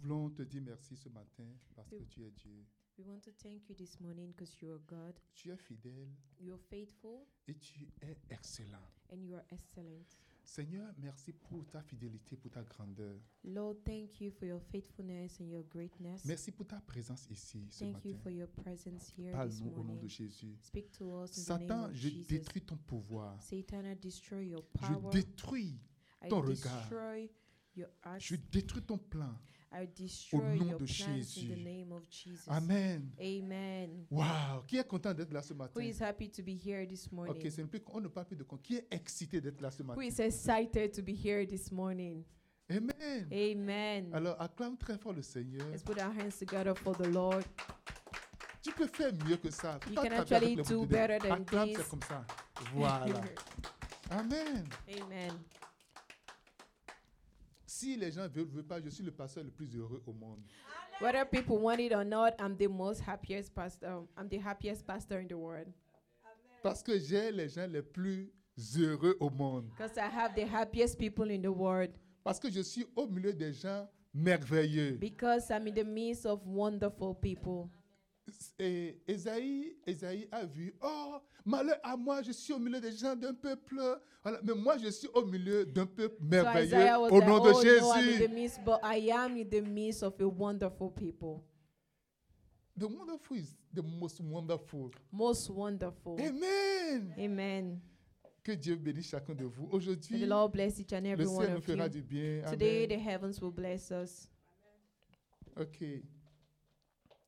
voulons te dire merci ce matin parce que Oui. tu es Dieu. We want to thank you this morning because you are God. Tu es fidèle You are faithful et tu es excellent. and you are excellent. Seigneur, merci pour ta fidélité, pour ta grandeur. Lord, thank you for your faithfulness and your greatness. Merci pour ta présence ici ce Thank you matin. for your presence here this Parle-nous au nom de morning. Jésus. Speak to us in the name Satan, of je Jesus. détruis ton pouvoir. Satan, I destroy your power. Je détruis, I ton regard. destroy your acts. je détruis ton plan. I destroy nom your de plans in the Jésus. name of Jesus. Amen. Amen. Waouh, qui est content d'être là ce Who matin? is happy to be here this Ok, morning? c'est un peu, on ne parle plus de con. Qui est excité d'être là ce Who matin? is excited to be here this morning? Amen. Amen. Alors, acclame très fort le Seigneur. Let's put our hands together for the Lord. Tu peux faire mieux que ça. You Pas can taper avec actually les do mots de better Dieu. than Acclame, this. c'est comme ça. Voilà. Amen. Amen. Si les gens ne veulent, veulent pas, je suis le pasteur le plus heureux au monde. Whether people want it or not, I'm the most happiest pastor. um, I'm the happiest pastor in the world Parce que j'ai les gens les plus heureux au monde. because I have the happiest people in the world Parce que je suis au milieu des gens merveilleux. because I'm in the midst of wonderful people. Et Esaïe, Esaïe a vu, oh, malheur à moi, je suis au milieu des gens d'un peuple. Voilà. Mais moi, je suis au milieu d'un peuple So merveilleux Isaiah was au like, nom de "Oh, no, I'm in the Jésus. midst, but I am in the midst of a wonderful people, The wonderful is the most wonderful. most wonderful." Amen. Amen. Que Dieu bénisse chacun de vous. May Aujourd'hui, the Lord bless each and every le one ciel nous of you. fera du bien. Amen. Today, the heavens will bless us. Ok.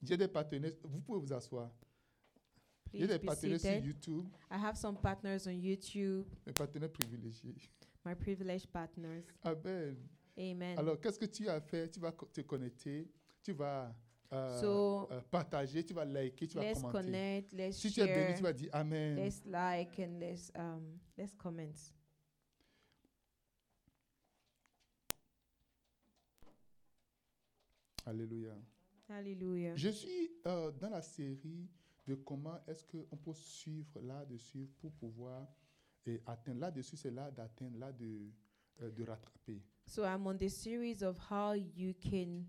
J'ai des partenaires. Vous pouvez vous asseoir. J'ai Please des be partenaires sur seated. YouTube, I have some partners on YouTube, mes partenaires privilégiés. my privileged partners. Amen. Amen. Alors, qu'est-ce que tu as fait Tu vas co- te connecter, tu vas euh, So, euh, partager, tu vas liker, tu vas let's commenter. connect, let's Si tu es béni, share, tu vas dire Amen. let's like, and let's um, let's comment. Alléluia. Hallelujah. Je suis euh, dans la série de comment est-ce qu'on peut suivre là de suivre pour pouvoir et atteindre. Là-dessus, c'est là d'atteindre, là de, euh, de rattraper. So I'm on the series of how you can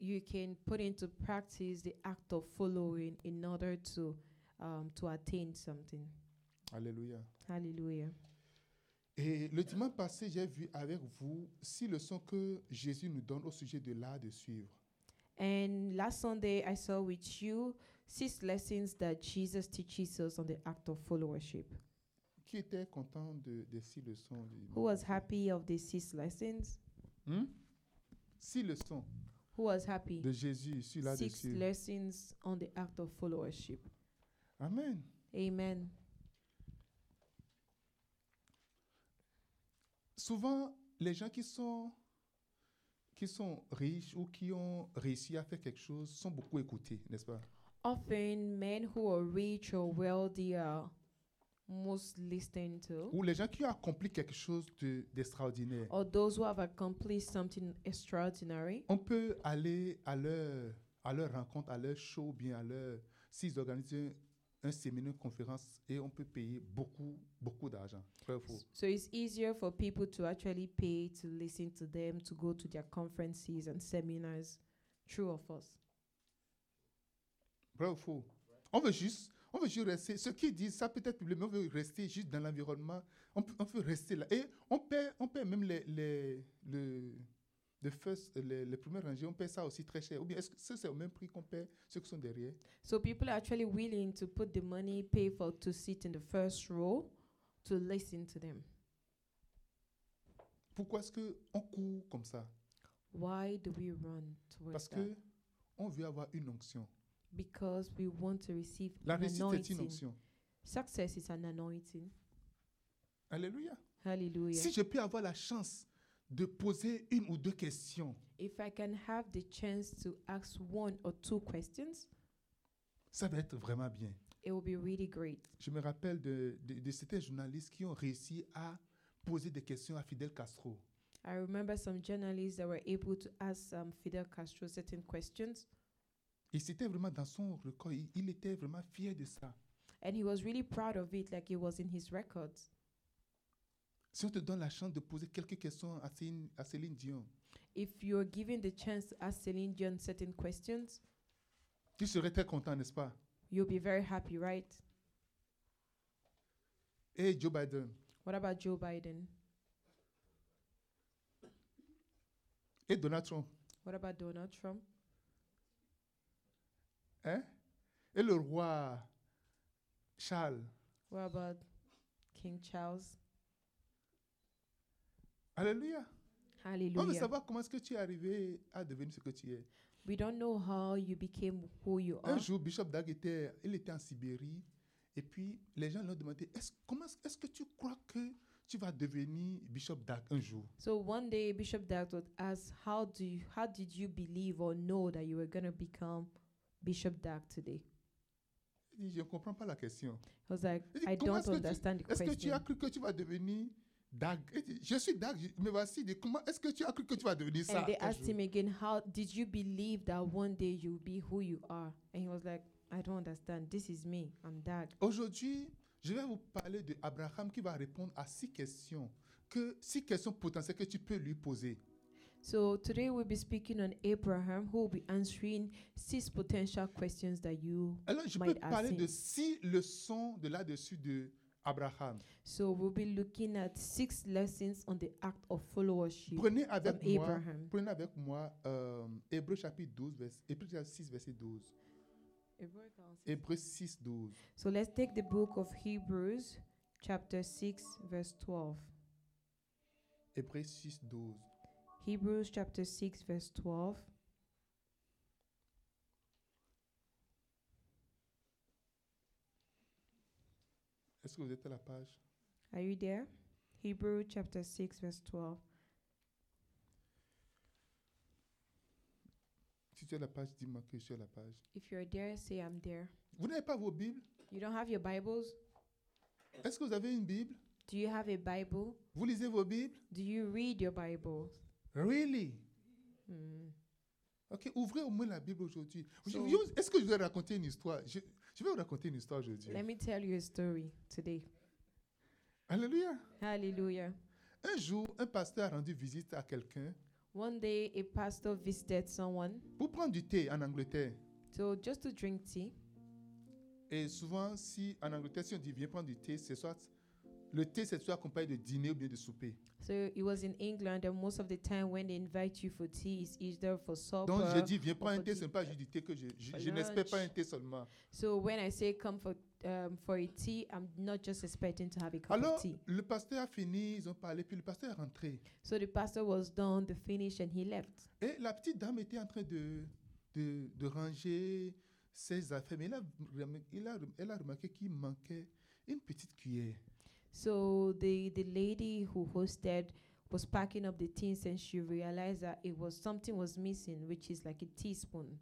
you can put into practice the act of following in order to um, to attain something. Alléluia. Hallelujah. Et le dimanche passé, j'ai vu avec vous six leçons que Jésus nous donne au sujet de l'art de suivre. And last Sunday I saw with you six lessons that Jesus teaches us on the act of followership. Qui était content de, des six leçons du dimanche Who was passé? happy of the six lessons? Hmm? Six leçons Who was happy? de Jésus sur l'art de Six suivre. lessons on the act of followership. Amen. Amen. Souvent, les gens qui sont, qui sont riches ou qui ont réussi à faire quelque chose sont beaucoup écoutés, n'est-ce pas Often, men who are rich or wealthy are most listened to, Ou les gens qui ont accompli quelque chose de- d'extraordinaire. or those who have accomplished something extraordinary. On peut aller à leur, à leur rencontre, à leur show, bien à leur. S'ils organisent un, un séminaire, une conférence, et on peut payer beaucoup, beaucoup d'argent. Vrai ou faux? So it's easier for people to actually pay to listen to them, to go to their conferences and seminars. True or false? Vrai ou faux? On veut juste. On veut juste rester. Ceux qui disent ça peut être public, mais on veut rester juste dans l'environnement. On, peut- on veut rester là. Et on paie, on paie même les, les, le- le first- les, les premières rangées, on paie ça aussi très cher. Ou bien est-ce que ça, c'est au même prix qu'on paie ceux qui sont derrière? So people are actually willing to put the money, pay for to sit in the first row, to listen to them. Pourquoi est-ce qu'on court comme ça? Why do we run towards Parce that? que on veut avoir une onction. because we want to receive La an réussite est une anointing. onction. Success is an anointing. Alléluia. Hallelujah. Si je peux avoir la chance de poser une ou deux questions, If I can have the chance to ask one or two questions, ça va être vraiment bien. it will be really great. Je me rappelle de, de, de certains journalistes qui ont réussi à poser des questions à Fidel Castro. I remember some journalists that were able to ask um, Fidel Castro certain questions, Et c'était vraiment dans son record. Il, il était vraiment fier de ça. and he was really proud of it, like it was in his records. Si on te donne la chance de poser quelques questions à Céline, à Céline Dion, if you're given the chance to ask Celine Dion certain questions, Tu serais très content, n'est-ce pas you'll be very happy, right? Et Joe Biden. What about Joe Biden? Et Donald Trump. What about Donald Trump? Hein Et le roi Charles. What about King Charles? Alléluia. On veut Hallelujah. savoir comment est-ce que tu es arrivé à devenir ce que tu es. We don't know how you became who you Un are. jour, Bishop Dag était, il était en Sibérie. Et puis, les gens lui ont demandé, est-ce, comment est-ce- est-ce que tu crois que tu vas devenir Bishop Dag un jour So one day Bishop Dagd was asked, "How do you, how did you believe or know that you were gonna become Bishop Dagd today?" Il dit, je ne comprends pas la question. I was like, Il dit, "I comment don't est-ce que tu- understand the Est-ce que tu as question." cru que tu vas devenir Dag Il dit, Je suis Dag, je- mais voici, il dit, comment est-ce que tu as cru que tu vas devenir ça And they un asked jour? him again, "How did you believe that one day you'll be who you are?" And he was like, "I don't understand. This is me. I'm Dagd." Aujourd'hui, je vais vous parler d'Abraham qui va répondre à six questions, que, six questions potentielles que tu peux lui poser. So today we'll be speaking on Abraham, who will be answering six potential questions that you. Alors, je peux Might parler ask him. de six leçons de là-dessus de Abraham. So we'll be looking at six lessons on the act of followership Prenez from avec moi, Abraham. prenez avec moi euh, Hébreu chapitre 12, vers- Hébreu chapitre 6, verset 12. Hébreu 6, 12. So let's take the book of Hebrews, chapter 6, verse 12. Hébreu 6, 12. Hebrews chapter 6, verse 12. Est-ce que vous êtes à la page Are you there? Hebrews chapter 6, verse 12. Si tu es à la page, dis-moi que je suis à la page. If you're there, say, I'm there. Vous n'avez pas vos Bibles You don't have your Bibles? Est-ce que vous avez une Bible Do you have a Bible? Vous lisez vos Bibles Do you read your Bible? Really Hmm. Ok, ouvrez au moins la Bible aujourd'hui. Je- So- je- Est-ce que je vais raconter une histoire je, je vais vous raconter une histoire aujourd'hui. Let me tell you a story today. Alléluia. Hallelujah. Un jour, un pasteur a rendu visite à quelqu'un One day, a pastor visited someone, pour prendre du thé en Angleterre. so just to drink tea. Et souvent, si en Angleterre, si on dit viens prendre du thé, c'est soit le thé, c'est soit accompagné de dîner ou bien de souper. So it was in England, and most of the time when they invite you for tea, it's either for supper. Donc, je dis viens prendre un peut thé, dire- c'est pas juste du thé que je, je, Pour je n'espère pas un lunch. thé seulement. So when I say come for um, for a tea, I'm not just expecting to have a cup Alors, of tea. le pasteur a fini, ils ont parlé, puis le pasteur est rentré. So the pastor was done, the finish, and he left. Et la petite dame était en train de, de, de ranger ses affaires, mais elle a, rem- il a- elle a remarqué qu'il manquait une petite cuillère. So the the lady who hosted was packing up the things, and she realized that it was something was missing, which is like a teaspoon.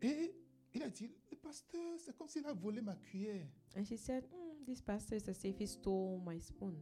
Et il a dit, le pasteur, c'est comme s'il a volé ma cuillère. And she said, mm, "This pastor is as if he stole my spoon."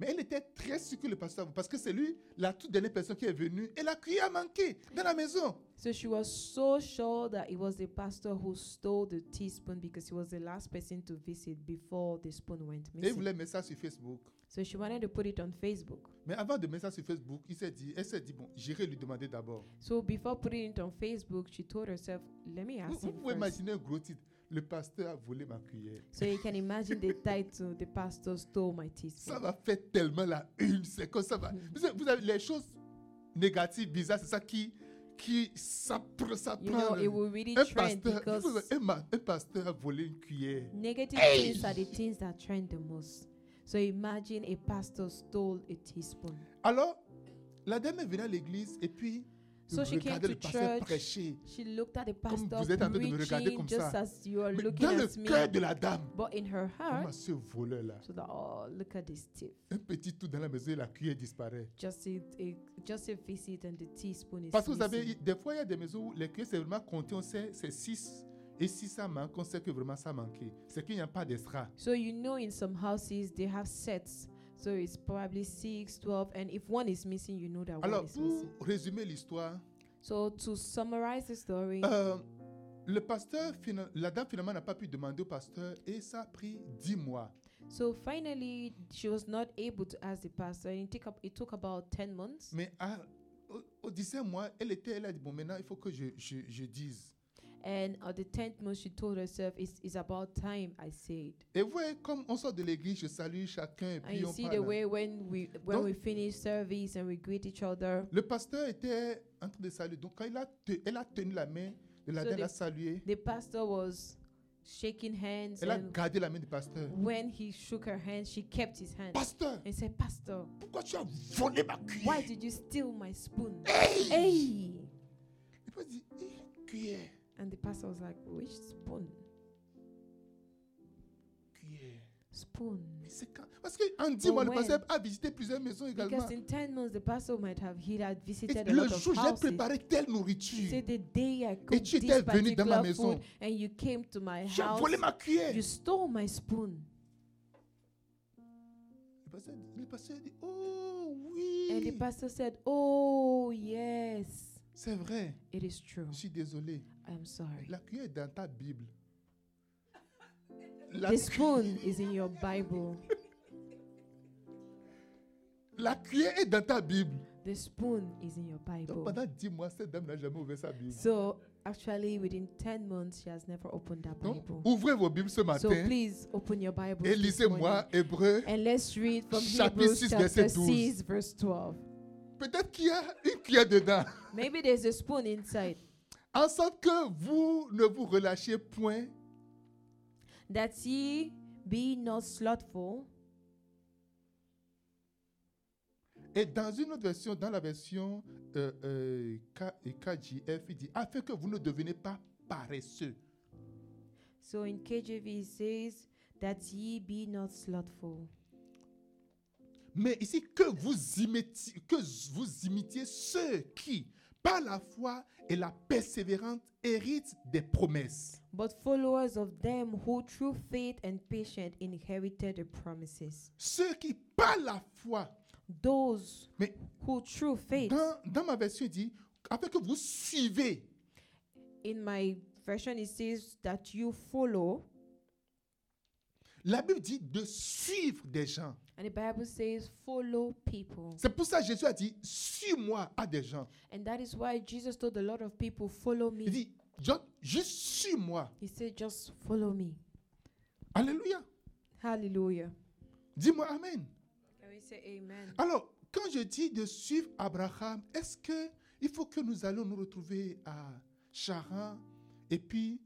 Mais elle était très sûre que le pasteur, parce que c'est lui, la toute dernière personne qui est venue, et la cuillère a manqué dans la maison. So she was so sure that it was the pastor who stole the teaspoon because he was the last person to visit before the spoon went Et il missing. voulait mettre ça sur Facebook. So she wanted to put it on Facebook. Mais avant de mettre ça sur Facebook, il s'est dit, elle s'est dit, bon, j'irai lui demander d'abord. So before putting it on Facebook, she told herself, "Let me Vous, ask vous him pouvez first. imaginer un gros titre. Le pasteur a volé ma cuillère. So you can imagine the title: "The pastor stole my Ça teaspoon." va faire tellement la une. C'est comme ça va. Mm. Vous savez, vous avez les choses négatives, bizarres, c'est ça qui, qui ça, pr- ça You prend know, le- it will really un trend pasteur, because vous savez, un, ma- un pasteur a volé une cuillère. negative things are the things that trend the most. So imagine a pastor stole a teaspoon. Alors, la dame est venue à l'église et puis So she came regardait to le pasteur church, prêcher. She looked at the Comme pastor vous êtes en train de me regarder preaching comme just ça. as you are Mais looking dans le at cœur me. de la dame, But in her heart, comment ce voleur-là, so that oh look at this tip. un petit tout dans la maison et la cuillère disparaît. Just a, a just a visit and the teaspoon is Parce que vous missing. savez, il- des fois, il y a des maisons où les cuillères, c'est vraiment compté, on sait, c'est 6. Et si ça manque, on sait que vraiment ça manquait. C'est qu'il n'y a pas d'extra. So you know in some houses they have sets. So it's probably six, twelve, and if one is missing, you know that Alors, hmm. one is missing. pour résumer l'histoire, So to summarize the story, euh, le pasteur, fina- la dame finalement n'a pas pu demander au pasteur et ça a pris 10 mois. so Hmm. finally she was not able to ask the pastor, and it took up it took about ten months. Mais à- au, au 10e mois, elle était, elle a dit, bon, maintenant, il faut que je, je, je dise. And on the tenth month, she told herself, "It's it's about time." I said, Et vous voyez, comme on sort de l'église, je salue chacun et and puis Ah, you on see parle. hein. the way when we when Donc- we finish service and we greet each other, Le pasteur était en train de saluer. Donc, quand il a te- elle a tenu la main de la So dame, elle the- a salué. the pastor was shaking hands, Elle a and gardé la main du pasteur. when he shook her hand, she kept his hand Pasteur, and said, "Pastor, pourquoi tu as volé ma why cuillère did you steal my spoon?" Hey! Hey! Il peut dire, Hé, cuillère, And the pastor was like, "Which spoon? cuillère. Spoon?" Mais c'est quand Parce qu'en 10 mois, le when? pasteur a visité plusieurs maisons également. Because in ten months, the pastor might have he had Il visited dit, a le lot of jour, j'ai houses. préparé telle He nourriture. said, the day I cooked tu this étais venu dans ma particular maison. food and you came to my J'ai house, volé ma cuillère. you stole my spoon. Le pasteur, le pasteur dit, oh And the oui, pastor said, oh, yes, c'est vrai. it is true. Je suis désolé. I'm sorry. La cuillère est dans ta Bible. La, The spoon is in your Bible. la cuillère est dans ta Bible. The spoon is in your Donc, Bible. pendant 10 mois, cette dame n'a jamais ouvert sa Bible. So, actually, within 10 months, she has never opened that Donc, Bible. ouvrez vos Bibles ce So, matin please open your Bible. et this morning. lisez-moi Hébreu. And let's read from Chapitre Hebrews six, chapter verset 12. 6, verse 12. Peut-être qu'il y a une cuillère dedans. Maybe there's a spoon inside. En sorte que vous ne vous relâchiez point that ye be not slothful. Et dans une autre version, dans la version euh, euh, K- et KJF, il dit afin que vous ne devenez pas paresseux. So in KJV it says that ye be not slothful, Mais ici, que vous imitiez, que vous imitiez ceux qui, par la foi et la persévérance, héritent des promesses. but followers of them who through faith and patience inherited the promises. Ceux qui, par la foi, Those mais who through faith, dans, dans ma version, il dit afin que vous suivez in my version it says that you follow, La Bible dit de suivre des gens. and the Bible says follow people. C'est pour ça que Jésus a dit suis-moi à des gens. And that is why Jesus told a lot of people, follow Il me. dit John, juste suis-moi. He said, just follow me. Alléluia. Hallelujah. Dis-moi Amen. Can we say amen? Alors, quand je dis de suivre Abraham, est-ce que il faut que nous allons nous retrouver à Charan et puis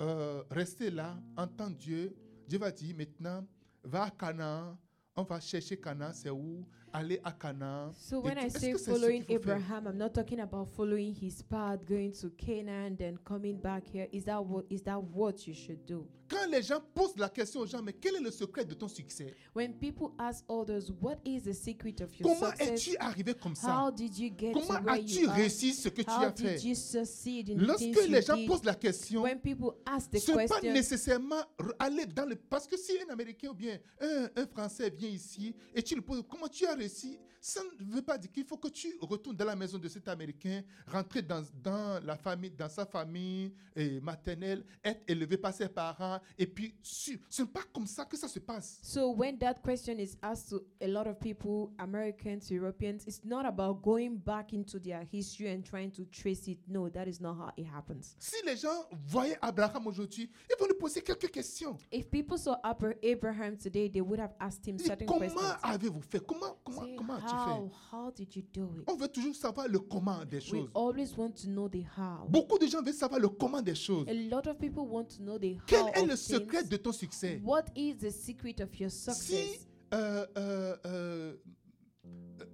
euh, rester là, entendre Dieu Dieu va dire maintenant, va à Canaan, on va chercher Canaan, c'est où Aller à Canaan. So Et when tout. I Est-ce say que c'est ce qu'il following faut faire? Abraham, I'm not talking about following his path, going to Canaan, then coming back here. Is that what is that what you should do? Quand les gens posent la question aux gens, mais quel est le secret de ton succès When people ask others, what is the secret of your Comment success? es-tu arrivé comme ça How did you get to Comment where as-tu you are? réussi ce que tu How as did fait you succeed in the Lorsque things les you gens did? posent la question, When people ask the Ce n'est pas question, nécessairement r- aller dans le... Parce que si un Américain ou bien un, un Français vient ici et tu lui poses comment tu as réussi, ça ne veut pas dire qu'il faut que tu retournes dans la maison de cet Américain, rentrer dans, dans la famille, dans sa famille eh, maternelle, être élevé par ses parents et puis su- Ce n'est pas comme ça que ça se passe. So when that question is asked to a lot of people, Americans, Europeans, it's not about going back into their history and trying to trace it. No, that is not how it happens. Si les gens voyaient Abraham aujourd'hui, ils vont lui poser quelques questions. If people saw Abra- Abraham today, they would have asked him Dis, certain questions. comment avez-vous fait Comment, comment, Say, comment as-tu how? fait How did you do it? On veut toujours savoir le comment des We choses. always want to know the how. Beaucoup de gens veulent savoir le comment des choses. A lot of people want to know the Quel how. est of le secret things. de ton succès What is the secret of your Si success? euh, euh, euh,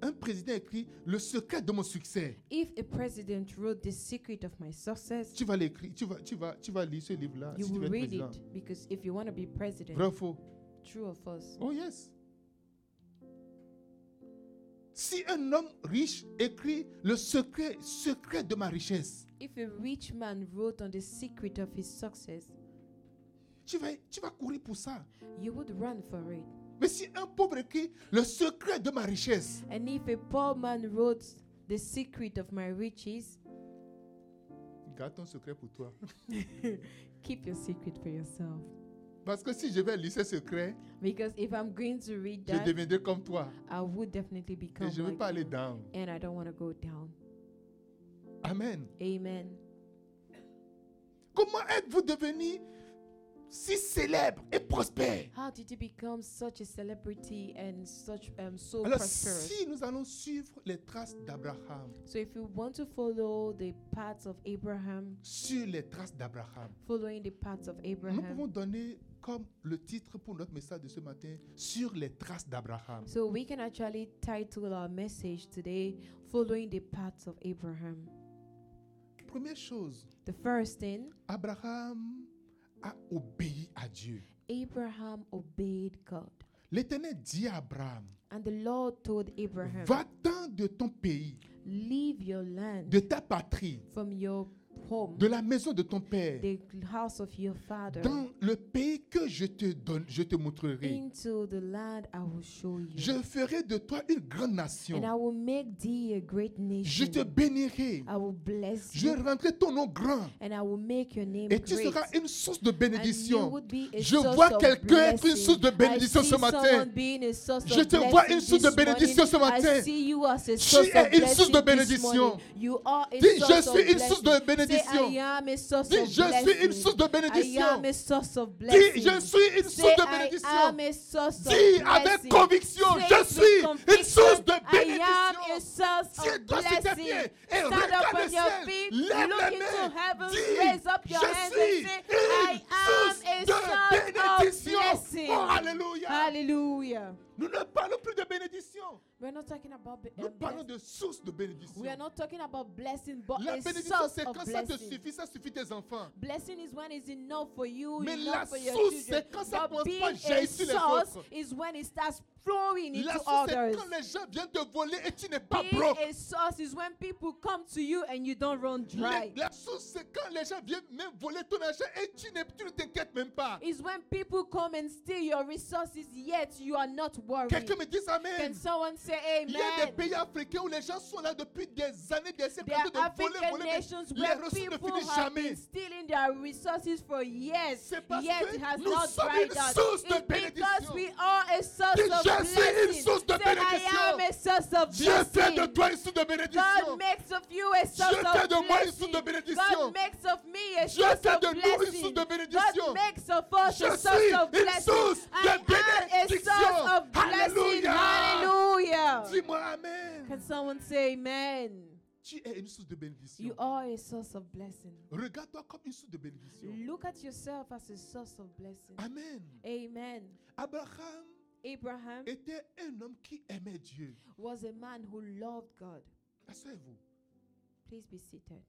un président écrit le secret de mon succès, If a president wrote the secret of my success, tu vas l'écrire, tu vas, tu vas, tu vas lire ce livre-là. you si tu veux will être read président. it because if you want to be president, Vrai ou faux true or false? Oh yes. Si un homme riche écrit le secret, secret de ma richesse, If a rich man wrote on the secret of his success, tu vas, tu vas courir pour ça. you would run for it. Mais si un pauvre écrit le secret de ma richesse, And if a poor man wrote the secret of my riches, garde ton secret pour toi. keep your secret for yourself. Parce que si je vais lire ce secret, Because if I'm going to read je that, deviendrai comme toi. I would definitely Et become je ne veux like pas you. aller down. and I don't want to go down. Amen. Amen. Comment êtes-vous devenu si célèbre et prospère How did you become such a celebrity and such um, so Alors, prosperous? si nous allons suivre les traces d'Abraham, So if you want to follow the paths of Abraham, sur les traces d'Abraham, following the paths of nous pouvons Abraham. donner comme le titre pour notre message de ce matin, sur les traces d'Abraham. So we can actually title our message today, Following the Paths of Abraham. Première chose, The first thing, Abraham a obéi à Dieu. Abraham obeyed God. L'Éternel dit à Abraham, And the Lord told Abraham, va-t'en de ton pays, Leave your land de ta patrie, from your home, de la maison de ton père, the house of your father, dans le pays que je te donne, je te montrerai. into the land I will show you. Je ferai de toi une grande And I nation. will make thee a great Je nation. te bénirai. I will bless Je you. rendrai ton nom grand. And I will make your name Et tu great. seras une source de And you bénédiction. would be a Je source vois of quelqu'un être une blessing. source de bénédiction I ce see matin. someone being a source Je of te vois blessing une source de this morning. bénédiction ce matin. I see you as a Tu source es of une source de blessing this bénédiction. morning. You are a Dis, source je of suis une source de blessing. bénédiction. Say, I am a source Dis, of je suis une blessing. source de I am bénédiction. a source of blessing. Dis, je suis une source Say, de I bénédiction. am a source of Dis blessing. avec conviction, Say je with suis une conviction, source de I am a bénédiction. source of Tiens-toi sur tes blessing. pieds et Stand up regarde le on your ciel. feet, Lève look les into mains. heaven, Dis, raise up your hands je suis and say, une I am source a de source bénédiction. of blessing. Oh, alléluia. Hallelujah. Nous ne parlons plus de bénédiction. We're not talking about be- Nous uh, bless- parlons de source de bénédiction. We are not talking about blessing, but La a bénédiction, source c'est of quand ça te blessing. suffit, ça suffit tes enfants. Blessing is when it's enough for you, Mais la enough for your source, children. c'est quand ça But commence being pas à jaillir a sur les source autres. is when it starts flowing La into source, c'est others. quand les gens viennent te voler et tu n'es pas Being broke. a source is when people come to you and you don't run dry. Les- La source, c'est quand les gens viennent même voler ton argent et tu n'es- tu ne t'inquiètes même pas. Is when people come and steal your resources, yet you are not worried. Quelqu'un me dit Can Amen. someone say Il y a des amen? pays africains où les gens sont là depuis des années, des siècles, There en are train de voler, African voler, nations mais les where ressources ne people finissent have been jamais. stealing their resources for years, C'est parce yet que it has nous not sommes dried une out. source de It's because bénédiction. we are a source Dis, of je suis une blessing. source de Say, I am bénédiction. a source of Dieu fait de blessing. toi une source de bénédiction. God makes of you a source Dieu fait of de moi une source blessing. de bénédiction. God makes of me a Dieu source fait of de nous une blessing. source de bénédiction. God makes of us Je a source suis of une blessing. source de I am a bénédiction. source of blessing. Alléluia. Hallelujah. Dis-moi Amen. Can someone say amen? Tu es une source de bénédiction. You are a source of blessing. Regarde-toi comme une source de bénédiction. Look at yourself as a source of blessing. Amen. Amen. Abraham Abraham était un homme qui aimait Dieu. was a man who loved God. Asseyez-vous. Please be seated.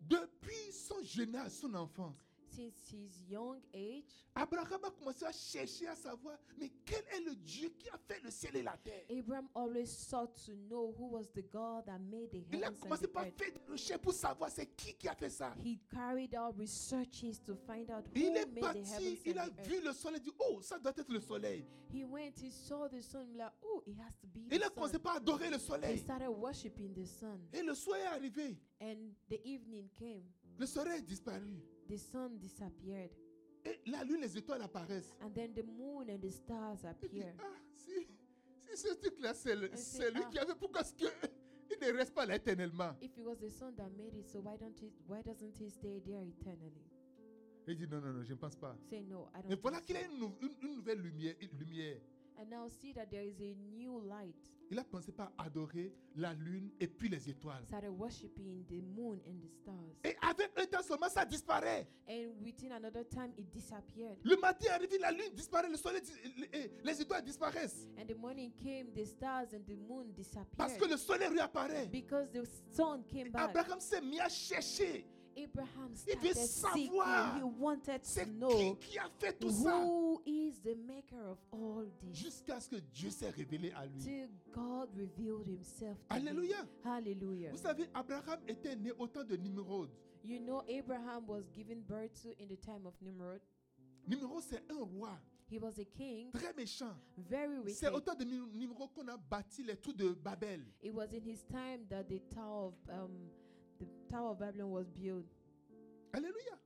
Depuis son jeune âge, son enfance, Since his young age, Abraham a commencé à chercher à savoir, mais quel est le Dieu qui a fait le ciel et la terre Abraham always sought to know who was the God that made the Il a heavens and commencé the par earth. faire des recherches pour savoir c'est qui qui a fait ça. He carried out researches to find out Et who il made est the parti, heavens and il a the earth. vu le soleil, il dit, oh, ça doit être le soleil. He went, he saw the sun, like, oh, it has to be Il the a commencé sun. par adorer le He soleil. started worshiping the sun. Et le soleil est arrivé. And the evening came. Le soleil est disparu. The sun disappeared. Et la lune, les étoiles apparaissent. And then the moon and the stars Il dit, appeared. ah, si, si ce truc-là, c'est le- Ah, c'est- c'est lui ah. qui avait, pourquoi est-ce que il ne reste pas là éternellement If it was the sun that made it, so why don't it, why doesn't he stay there eternally? Il dit, non, non, non, je ne pense pas. Say no, I don't. Mais voilà think qu'il so." a une, nou- une- une nouvelle lumière, une lumière. And now see that there is a new light. Il a commencé par adorer la lune et puis les étoiles. Started worshiping the moon and the stars. Et avec un temps seulement, ça disparaît. And within another time, it disappeared. Le matin arrivé, la lune disparaît, le soleil, dis- et les étoiles disparaissent. And the morning came, the stars and the moon disappeared. Parce que le soleil réapparaît. because the sun came back. Abraham s'est mis à chercher. Abraham Il veut started seeking. savoir. He wanted C'est to know qui qui a fait tout ça who is the maker of all this. Jusqu'à ce que Dieu s'est révélé à lui. Till God revealed himself to him. Alléluia. Hallelujah. Vous savez, Abraham était né au temps de Nimrod. You know, Abraham was given birth to in the time of Nimrod. Nimrod, c'est un roi He was a king, très méchant. very C'est wicked. au temps de Nim- Nimrod qu'on a bâti les tours de Babel. It was in his time that the Tower of um, the Tower of Babylon was built. Alléluia.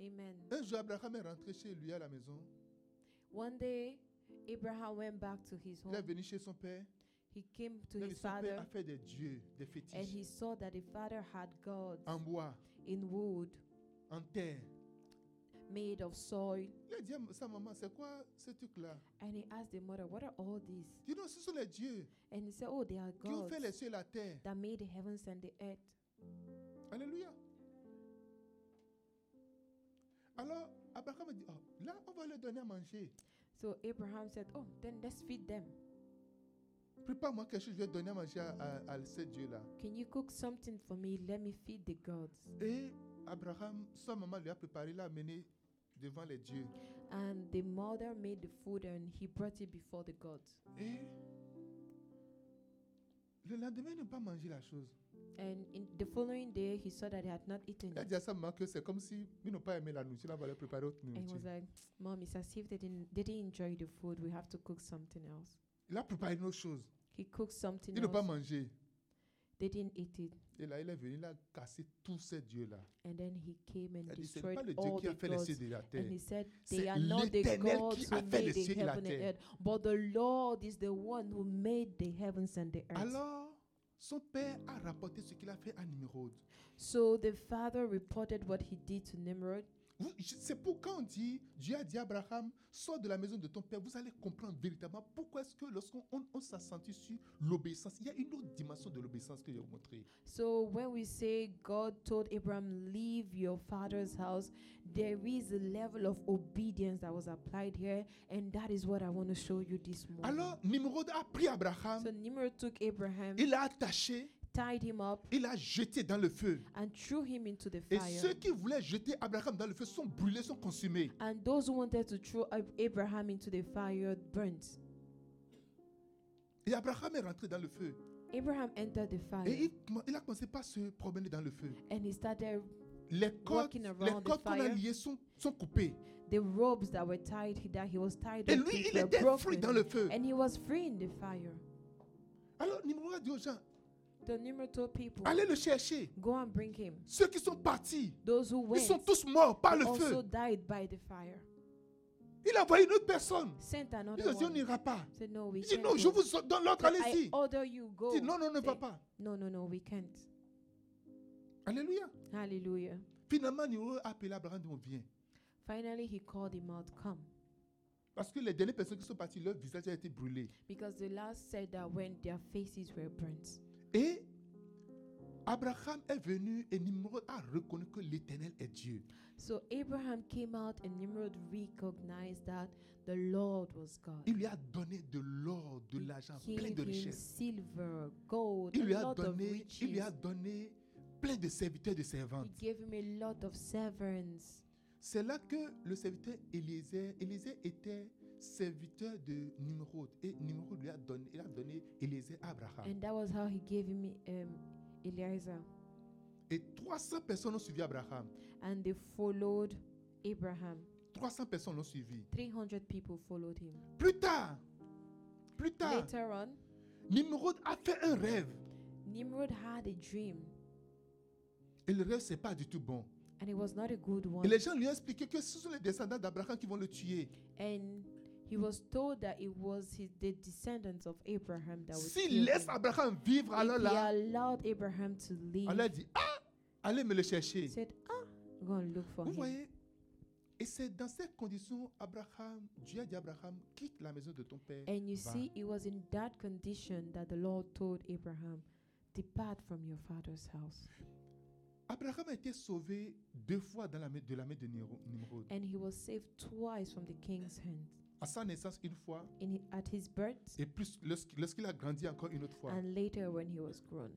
Amen. Un jour, Abraham est rentré chez lui à la maison. One day, Abraham went back to his Il est home. venu chez son père. He came to Il a vu his son père a father fait des dieux, des and fétiches, he saw that the father had gods en bois, in wood en terre. made of soil. Il a dit à sa maman, c'est quoi ce truc-là And he asked the mother, What are all these? Dis non, ce sont les dieux And he said, Oh, they are qui ont fait les gods cieux et la terre. that made the heavens and the earth. Alléluia. Alors, Abraham a dit, oh, là, on va leur donner à manger. So Abraham said, Oh, then let's feed them. Prépare-moi quelque chose, je vais donner à manger à, à, à ces dieux-là. Can you cook something for me? Let me feed the gods. Et Abraham, sa maman lui a préparé, l'a amené devant les dieux. And the mother made the food and he brought it before the gods. Et le lendemain, il n'a pas mangé la chose. And in the following day, he saw that he had not eaten Il a it. dit à sa maman que c'est comme si ils n'ont pas aimé la nourriture, là, on va leur préparer autre And he nourriture. was like, Mom, it's as if they didn't, they didn't enjoy the food. We have to cook something else. Il a préparé une autre chose. He cooked something Ils n'ont pas else. mangé. They didn't eat it. Et là, il est venu, il a cassé tous ces dieux-là. And then he came and Il a dit, ce n'est destroyed pas le Dieu all qui the a fait les gods. cieux et la terre. And he said, C'est They are not the l'Éternel qui gods a who fait les made the cieux et la heaven and terre. earth, but the Lord is the one who made the heavens and the earth. Alors, son père a rapporté ce qu'il a fait à Nimrod. So the father reported what he did to Nimrod. Vous- je- C'est pour quand on dit, Dieu a dit à Abraham, sors de la maison de ton père, vous allez comprendre véritablement pourquoi est-ce que lorsqu'on on, on s'assentit sur l'obéissance, il y a une autre dimension de l'obéissance que je vais vous montrer. So when we say God told Abraham, Leave your father's house, there is a level of obedience that was applied here, and that is what I want to show you this morning. Alors, Nimrod a pris Abraham, so Nimrod took Abraham, il l'a attaché, tied him up, il l'a jeté dans le feu. and threw him into the Et fire. ceux qui voulaient jeter Abraham dans le feu sont brûlés, sont consumés. and those who wanted to throw Ab- Abraham into the fire burnt. Et Abraham est rentré dans le feu. Abraham entered the fire Et il, il a commencé par se promener dans le feu. and he started Les cordes, Walking around les the cordes qu'on a fire. liées sont, sont coupées. the robes that were tied that he was tied Et up lui, with il were était broken, fruit dans le feu. and he was free in the fire. Alors Nimrod a dit aux gens, The Nimrod told people, allez le chercher. "Go and bring him." Ceux qui sont partis, Those who ils went sont tous morts par le also feu. died by the fire. Il a envoyé une autre personne. Sent Ils ont another dit, on one. n'ira pas. Said, "No, we Il dit, can't." non, je go." vous donne l'autre, Said, I oh, allez-y. order you Il go. dit, non, non, ne va Said, pas. No, no, no, we can't. Alléluia. Hallelujah. Finalement, Nimrod a appelé Abraham, on vient. Finally, he called him out. Come, Parce que les dernières personnes qui sont parties, leur visage a été brûlé. because the last said that when their faces were burnt. Et Abraham est venu et Nimrod a reconnu que l'Éternel est Dieu. So Abraham came out, and Nimrod recognized that the Lord was God. Il lui a donné de l'or, de l'argent, He plein gave de him richesses. silver, gold, Il lui a a lot of donné, riches. il lui a donné plein de serviteurs et de he servantes. gave him a lot of servants. C'est là que le serviteur Élisée, Élisée était serviteur de Nimrod et Nimrod lui a donné, il a donné Élisée à Abraham. And that was how he gave him um, Eliezer. Et 300 personnes ont suivi Abraham. And they followed Abraham. 300 personnes l'ont suivi. 300 people followed him. Plus tard, plus tard, Later on, Nimrod a fait un rêve. Nimrod had a dream, Et le rêve, c'est pas du tout bon. and it was not a good Et one. les gens lui ont expliqué que ce sont les descendants d'Abraham qui vont le tuer. And he was told that it was his, the descendants of Abraham that would S'il kill laisse him. Abraham vivre, alors If là, he allowed Abraham to leave. on leur dit, ah, allez me le chercher. He said, "Ah, go and look for Vous him." voyez Et c'est dans ces conditions, Abraham, Dieu a dit à Abraham, quitte la maison de ton père. And you va. see, it was in that condition that the Lord told Abraham, "Depart from your father's house." Abraham a été sauvé deux fois dans la main, de la main de Niro- Nimrod. And he was saved twice from the king's hand, À sa naissance, une fois, in hi- at his birth, et plus lorsqu- lorsqu'il a grandi encore une autre fois. and later when he was grown.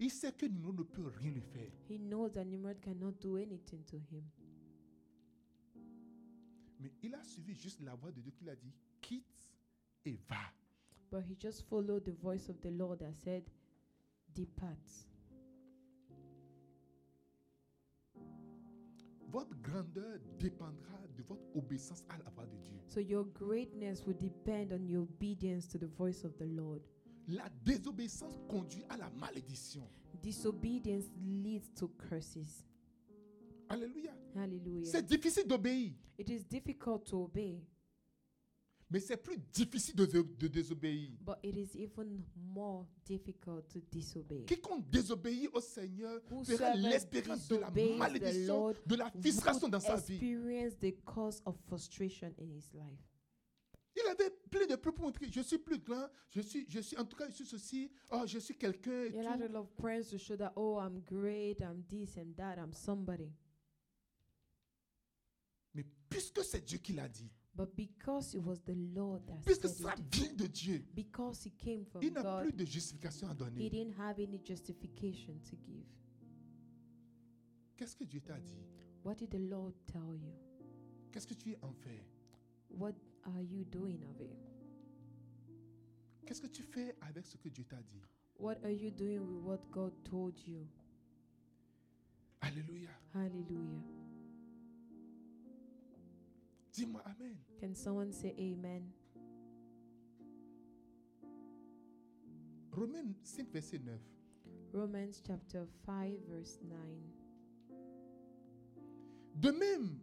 Il sait que Nimrod ne peut rien lui faire. He knows that Nimrod cannot do anything to him, Mais il a suivi juste la voix de Dieu qui l'a dit, quitte et va. but he just followed the voice of the Lord that said, "Depart." Votre grandeur dépendra de votre obéissance à la voix de Dieu. So your greatness will depend on your obedience to the voice of the Lord. La désobéissance conduit à la malédiction. Disobedience leads to curses. Alléluia. Hallelujah. C'est difficile d'obéir, It is difficult to obey, mais c'est plus difficile de, de désobéir. but it is even more difficult to disobey. Quiconque désobéit au Seigneur verra Whosoever l'espérance de la disobeys the malédiction, Lord de la frustration would dans sa vie. experience the cause of frustration in his life. Il avait plein de preuves pour montrer je suis plus grand, je suis, je suis, en tout cas, je suis ceci, oh, je suis quelqu'un et He had a tout. lot of prayers to show that, oh, I'm great, I'm this and that, I'm somebody. Mais puisque c'est Dieu qui l'a dit, But because it was the Lord that puisque said ça it, vient de Dieu, because he came from il n'a God, plus de justification à he donner. didn't have any justification to give. Qu'est-ce que Dieu t'a dit What did the Lord tell you? Qu'est-ce que tu es en fait What are you doing of it? Qu'est-ce que tu fais avec ce que Dieu t'a dit What are you doing with what God told you? Alléluia. Hallelujah. Dis-moi Amen. Can someone say amen? Romains 5, verset 9. Romans chapter 5, verse 9. De même,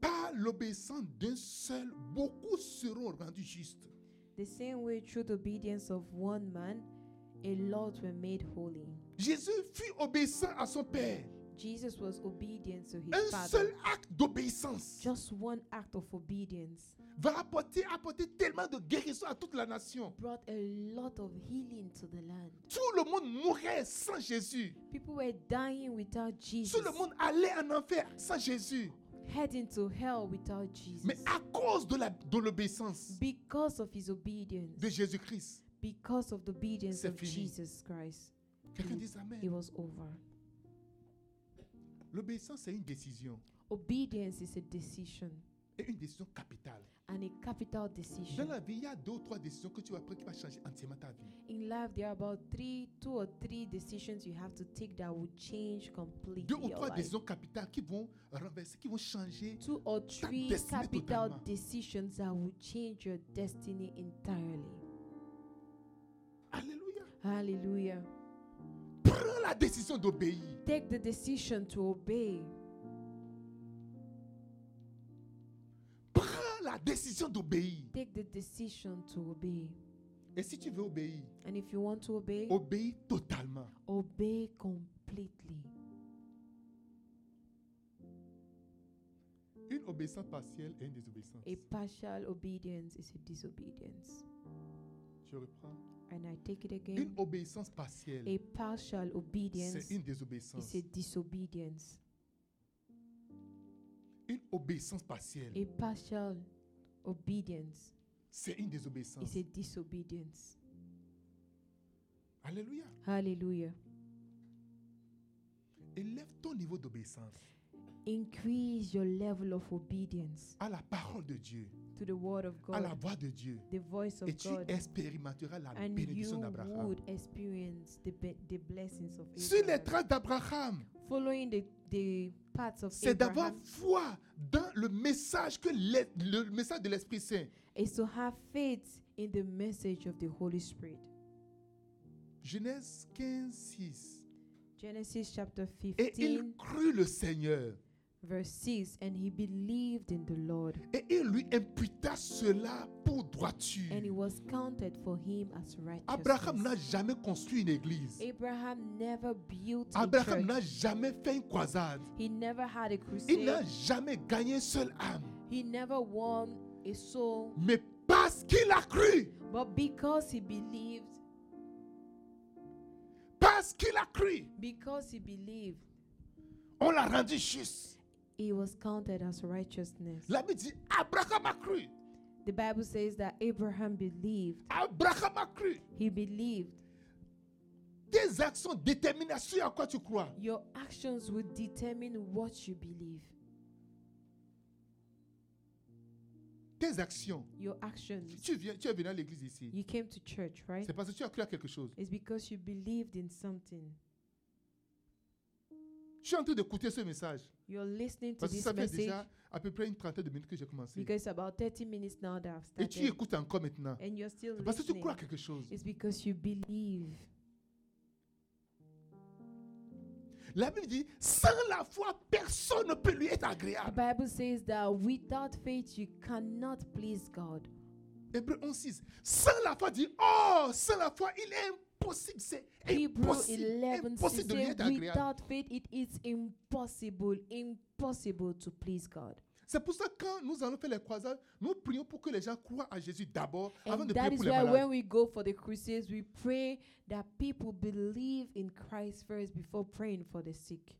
par l'obéissance d'un seul, beaucoup seront rendus justes. The same way, through the obedience of one man, a lot were made holy. Jésus fut obéissant à son Père. Jesus was obedient to his Un father. seul acte d'obéissance Just one act of obedience va apporter, apporter tellement de guérison à toute la nation. brought a lot of healing to the land. Tout le monde mourait sans Jésus. People were dying without Jesus, Tout le monde allait en enfer sans Jésus. heading to hell without Jesus. Mais à cause de la- de l'obéissance Because of his obedience, de, Jésus-Christ, because of the obedience C'est of fini. Jesus Christ, quelqu'un Mm. dit it Amen. was over. L'obéissance, c'est une décision. Obedience is a decision Et une décision capitale. and a capital Dans decision. la vie, il y a deux ou trois décisions que tu vas prendre qui va changer entièrement ta vie. In life, there are about three, two or three decisions you have to take that will change completely. Deux ou your trois life. décisions capitales qui vont renverser, qui vont changer. two or three destinée capital totalement. decisions that will change your destiny entirely. Alléluia. Hallelujah. Prends la décision d'obéir. Take the decision to obey. Prends la décision d'obéir. Take the decision to obey. Et si tu veux obéir, And if you want to obey, obéis totalement. obey completely. Une obéissance partielle et une désobéissance. A partial obedience is a disobedience. Je reprends. And I take it Une again. obéissance partielle, A partial obedience c'est une is désobéissance. a disobedience. Une obéissance partielle, A partial obedience c'est une is désobéissance. a disobedience. Alléluia. Hallelujah. Élève ton niveau d'obéissance Increase your level of obedience. à la parole de Dieu, to the word of à la God, voix de Dieu. the voice of Et tu God, expérimenteras la and you bénédiction d'Abraham. would experience the, be- the blessings of Sur les Abraham. traces d'Abraham, Following the, the paths of c'est d'avoir Abraham foi dans le message que l'es- le message de l'Esprit Saint. is to have faith in the message of the Holy Spirit. Genèse 15, 6. Genesis chapter Et il 15, crut le Seigneur. verse 6 And he believed in the Lord, Et il lui imputa cela pour droiture. and it was counted for him as Abraham n'a righteousness. jamais construit une église. Abraham never built a Abraham church. n'a jamais fait une croisade. He never had a Il n'a crusade. jamais gagné une seule âme. He never won a soul. Mais parce qu'il a cru, But because he believed, parce qu'il a cru, Because he believed, on l'a rendu juste. he was counted as righteousness. La Bible dit Abraham a cru. The Bible says that Abraham believed. Abraham a cru. He believed. Tes actions déterminent sur à quoi tu crois. Your actions will determine what you believe. Tes actions. Your actions. Tu, viens, tu es venu à l'église ici. You came to church, right? C'est parce que tu as cru à quelque chose. It's because you believed in something. Je suis en train d'écouter ce message. You're listening to Parce que this ça fait message déjà à peu près une trentaine de minutes que j'ai commencé. because about 30 minutes now that I've Et tu started. écoutes encore maintenant. And you're still C'est parce que tu listening. crois à quelque chose. It's because you believe. La Bible dit, sans la foi, personne ne peut lui être The agréable. Bible says that without faith you cannot please God. Hébreu 11.6. Sans la foi dit, oh, sans la foi, il est impossible. C'est Hebrew impossible, 11 impossible de lui says, être agréable. without faith it is impossible, impossible to please God. C'est pour ça que quand nous allons faire les croisades, nous prions pour que les gens croient à Jésus d'abord, avant And de that prier is pour les why when malades. we go for the crusades, we pray that people believe in Christ first before praying for the sick.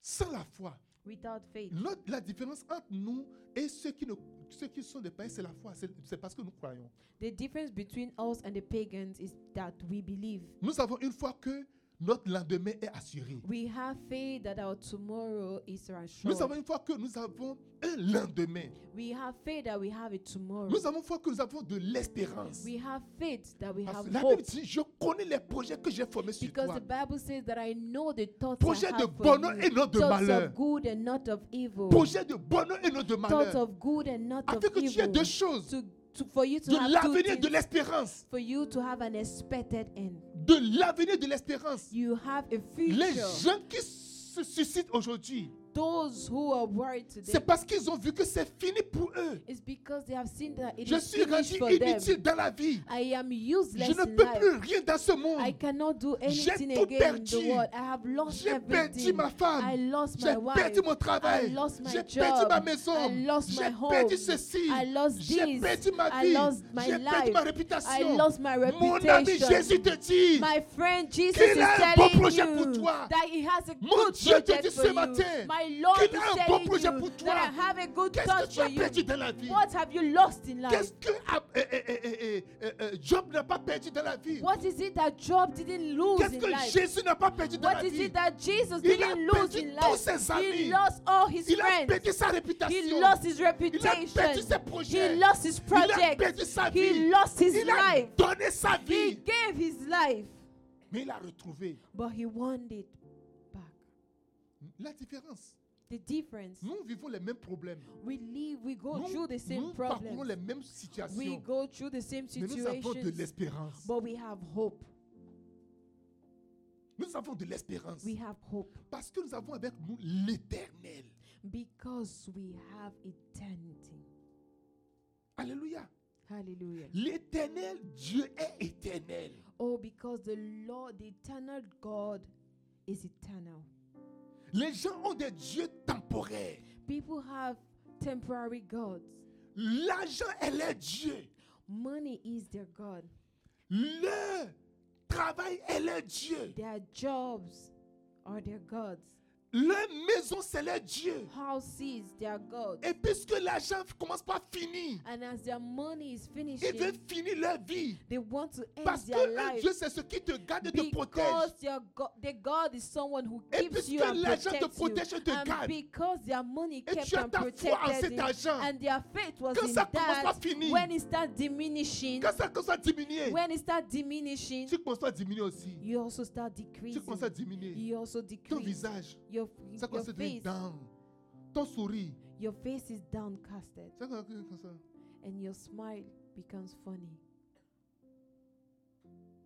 Sans la foi, Without faith, l'autre- la différence entre nous et ceux qui, ne, ceux qui sont des païens, c'est la foi. C'est c'est parce que nous croyons. the difference between us and the pagans is that we believe. Nous avons une foi que notre lendemain est assuré. We have faith that our tomorrow is assured. Nous avons une foi que nous avons un lendemain. We have faith that we have it tomorrow. Nous avons foi que nous avons de l'espérance. We have faith that we Parce have que La Bible hope. dit, je connais les projets que j'ai formés sur Because toi. the Bible says that I know the thoughts Projet I de have for bonheur you. et non de thoughts malheur. of good and not of evil. Projet de bonheur et non de Thoughts malheur. of good and not of Afin que tu aies evil. deux choses. To, to, for you to De have two l'avenir et de things. l'espérance. For you to have an expected end. De l'avenir et de l'espérance. You have a Les future. jeunes qui se suscitent aujourd'hui, Those who are worried today, c'est parce qu'ils ont vu que c'est fini pour eux. it's because they have seen that it Je is suis finished rendu for them. inutile dans la vie. I am Je useless ne in peux life. plus rien dans ce I monde. cannot do anything tout again in the perdu. world. I have lost J'ai perdu everything. ma femme. I lost J'ai my wife. perdu mon I travail. lost my J'ai job. perdu ma I maison. lost my J'ai home. perdu ceci. I lost J'ai this. perdu ma I vie. lost my J'ai life. perdu ma I réputation. lost my Mon ami reputation. Jésus te dit, My friend Jesus Qu'il is a un telling bon projet you pour toi. that he has a Mon good Dieu te project dit for ce you. matin My Lord qu'il is a un bon telling projet you pour toi. that I have a good qu'est-ce thought que tu as for perdu you. dans la vie? What have you lost in life? Qu'est-ce que ah, eh, eh, eh, eh, eh, eh, Job n'a pas perdu dans la vie? What is it that Job didn't lose Qu'est-ce in que life? Jésus n'a pas perdu dans la What is vie? it that Jesus Il a didn't lose perdu in tous life? ses amis. He lost all his Il a friends. perdu sa He réputation. lost his Il a perdu reputation. ses projets. He lost his Il a project. perdu sa vie. He lost his il life. a donné sa He vie. gave his life, Mais il a retrouvé but he won it back. la différence. The difference Nous vivons les mêmes problèmes. we live, we go Nous, through the same nous parcourons problems. les mêmes We situations. go through the same Mais nous avons de situations, l'espérance. but we have hope. Nous avons de l'espérance. We have hope Parce que nous avons avec nous l'éternel. because we have eternity. Alléluia. Hallelujah. L'éternel, Dieu est éternel. Oh, because the Lord, the eternal God, is eternal. Les gens ont des dieux temporaires. People have temporary gods. L'argent est leur Dieu. Money is their God. Le travail est leur Dieu. Their jobs are their gods. Leur maison, c'est leur Dieu. Houses, their gods. Et puisque l'argent commence pas finir, And as their money is ils finishing, veulent finir leur vie. they want to end Parce que their un life Dieu, c'est ce qui te garde et te protège. because their God, their God is someone who Et keeps you puisque and l'argent te protects protège you. et te and garde. because their money Et kept tu as and ta foi en protected cet them, argent. and their faith was Quand in ça commence that, à finir, when it starts diminishing, Quand ça commence à diminuer, when it starts diminishing, tu commences à diminuer aussi. you also start Tu decreasing. commences à diminuer. You also Ton decrease. visage, Your, ça your commence à devenir face, down. Ton sourire, your face is downcasted, ça commence à devenir comme ça. and your smile becomes funny.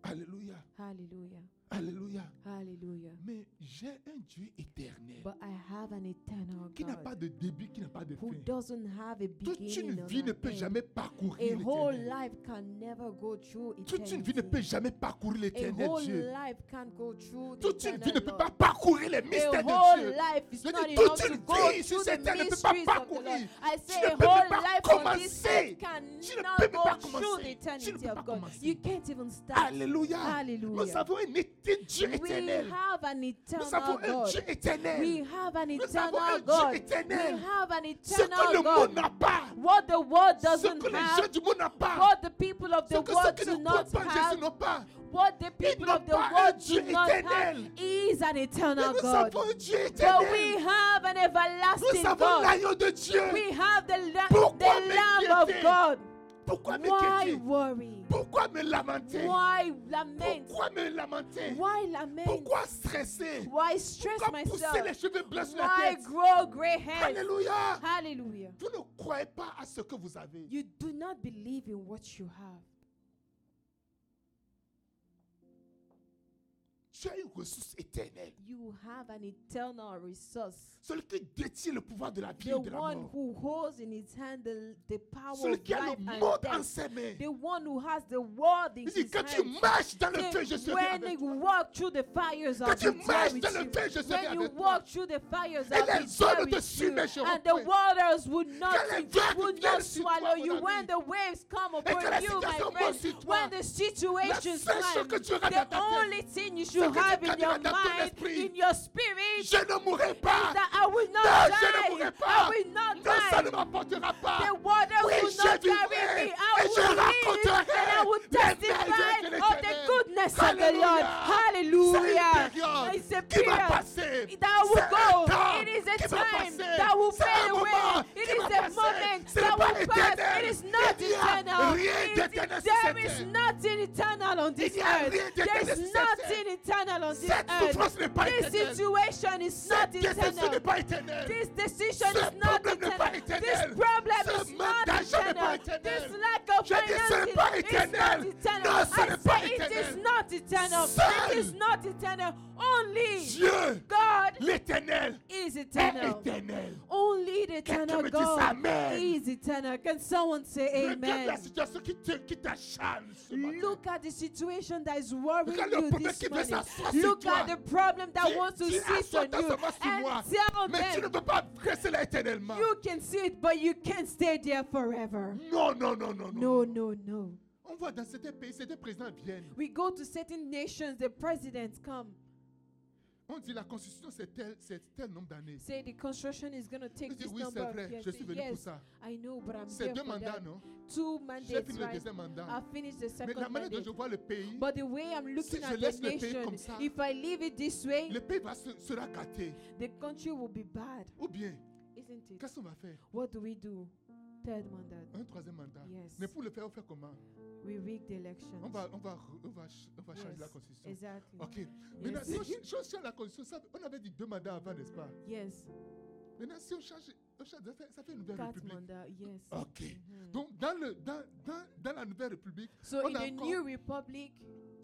Alléluia, Hallelujah. alléluia. Hallelujah. Mais j'ai un Dieu éternel But I have an eternal qui n'a God. pas de début, qui n'a pas de fin. who doesn't have a Toute beginning une or vie ne an peut end. jamais a parcourir whole l'éternel. life can never go through Toute une vie ne peut eternity. jamais parcourir A l'éternel whole Dieu. life can't go through the Toute une vie ne eternal peut Lord. pas parcourir les A mystères de whole Dieu. life is Je not dis, enough toute to une go vie sur through the cette terre ne peut pas mysteries of the Lord. parcourir. I Tu say ne a peux même whole pas life on this commencer. earth Tu ne peux cannot même pas go through the commencer. Tu ne eternity peux pas of God. commencer. You can't even start. Alléluia. Hallelujah. Nous avons un été Dieu We éternel. have an Nous avons eternal un God. Dieu éternel. We have avons an un eternal Dieu God. We éternel. have an Ce que le eternal monde God. n'a pas, What the world ce doesn't que les have, gens du monde n'ont pas, what the people of ce the que world ceux qui do ne croient not pas en Jésus have, oh n'ont pas. what the people n'ont of the pas un world Dieu do not have éternel. is an Mais eternal nous God. avons un Dieu But we éternel. have an everlasting Nous avons God. l'agneau de Dieu. We have the, la- Pourquoi the Lamb m'inquiéter? of God. Pourquoi Why m'inquiéter worry? Pourquoi me lamenter Why lament? Pourquoi me lamenter Why lament? Pourquoi stresser Why stress Pourquoi pousser les myself? cheveux blancs sur la Why tête grow gray hairs? Alléluia Hallelujah. Vous ne croyez pas à ce que vous avez. You do not believe in what you have. Tu as une ressource éternelle. You have an eternal resource. Celui qui détient le pouvoir de la vie The et de la one mort. who holds in his hand the, the power Celui of qui a life le monde and en death. ses mains. The one who has the world in Il dit, his quand tu hand. marches dans le Say, feu, je serai when avec you toi. walk through the fires, I'll Quand tu be there marches with dans le you. feu, je serai When you avec toi. walk through the fires, I'll les be eaux ne there te with you. submergeront And the point. waters would not, Que les vagues would viennent not sur swallow toi, mon you. ami. When the waves come upon la you, my situation monte friend, sur toi. when the situation seule chose comes, que tu auras the dans ta tête, only thing you c'est should que have quand in tu your vas dans ton mind, esprit, in your spirit, Je ne mourrai is pas. that I will not Non, die. je ne mourrai pas. I will not Non, ça ne die. m'apportera pas. The water Oui, will je not carry vivrai me. I et je will live raconterai and I will les merveilles de testify of the l'Éternel. goodness of the Lord. Hallelujah. Hallelujah. It's C'est a une période qui va period passer. that will C'est un go. temps It is a qui va time passer. that will C'est un fade away. moment It qui is va a passer. moment Ce n'est that pas will pass. éternel. It is not Il n'y a eternal. rien It d'éternel is- sur There cette is terre. nothing eternal on this n'y a earth. rien d'éternel There sur is cette nothing eternal on this Cette souffrance earth. n'est pas This éternelle. situation is not Cette déception n'est eternal. pas éternelle. This decision Ce is not problème n'est pas eternal. This éternel. problem Ce is not mandat jamais pas eternal. éternel. This lack of Je dis, ce n'est finances pas is not éternel. eternal. Non, ce n'est pas I say it is éternel. not eternal. It Seul is not eternal. Only Dieu, God l'éternel, is est eternal. éternel. Only the Quelqu'un eternal me dise God Amen. is eternal. Can someone say Regarde la amen? situation qui te- qui t'acharne ce matin. Look at the situation that is worrying Regarde le you problème this qui veut morning. s'asseoir sur Look toi. at the problem that Dis- wants to dis, sit on Assois-toi you seulement sur moi. and tell Mais tu them ne peux pas rester là éternellement. You can see it, but you can't stay there forever. Non, non, non, non, non. No, no, no. On voit dans certains pays, certains présidents viennent. We go to certain nations, the presidents come, On dit la constitution, c'est tel, c'est tel nombre d'années. say the construction is going to Il take dit, this oui, number c'est of vrai, years. je Say, suis venu yes, pour ça. I know, but I'm C'est here deux for mandats, that. non Two J'ai mandates, fini le right? deuxième mandat. I finished the Mais la second manière dont mandate. je vois le pays, But the way I'm Si looking je at laisse the le pays nation, comme ça, if I leave it this way, le pays va se- sera gâté. the country will be bad, Ou bien, isn't it? qu'est-ce qu'on va faire What do we do? Third mandate. Un troisième mandat. Yes. Mais pour le faire, on fait comment We rig the On elections. va, on va, re- on va, ch- on va changer Yes, la constitution. Exactly. Ok. Maintenant, Yes. si on ch- si on change la constitution, ça- on avait dit deux mandats avant, n'est-ce pas Yes. Maintenant, si on change, on change ça, fait, ça fait une nouvelle Third république. mandate. Yes. Ok. Mhm. Donc, dans, le, dans, dans, dans la nouvelle république, So On in a the encore- new republic,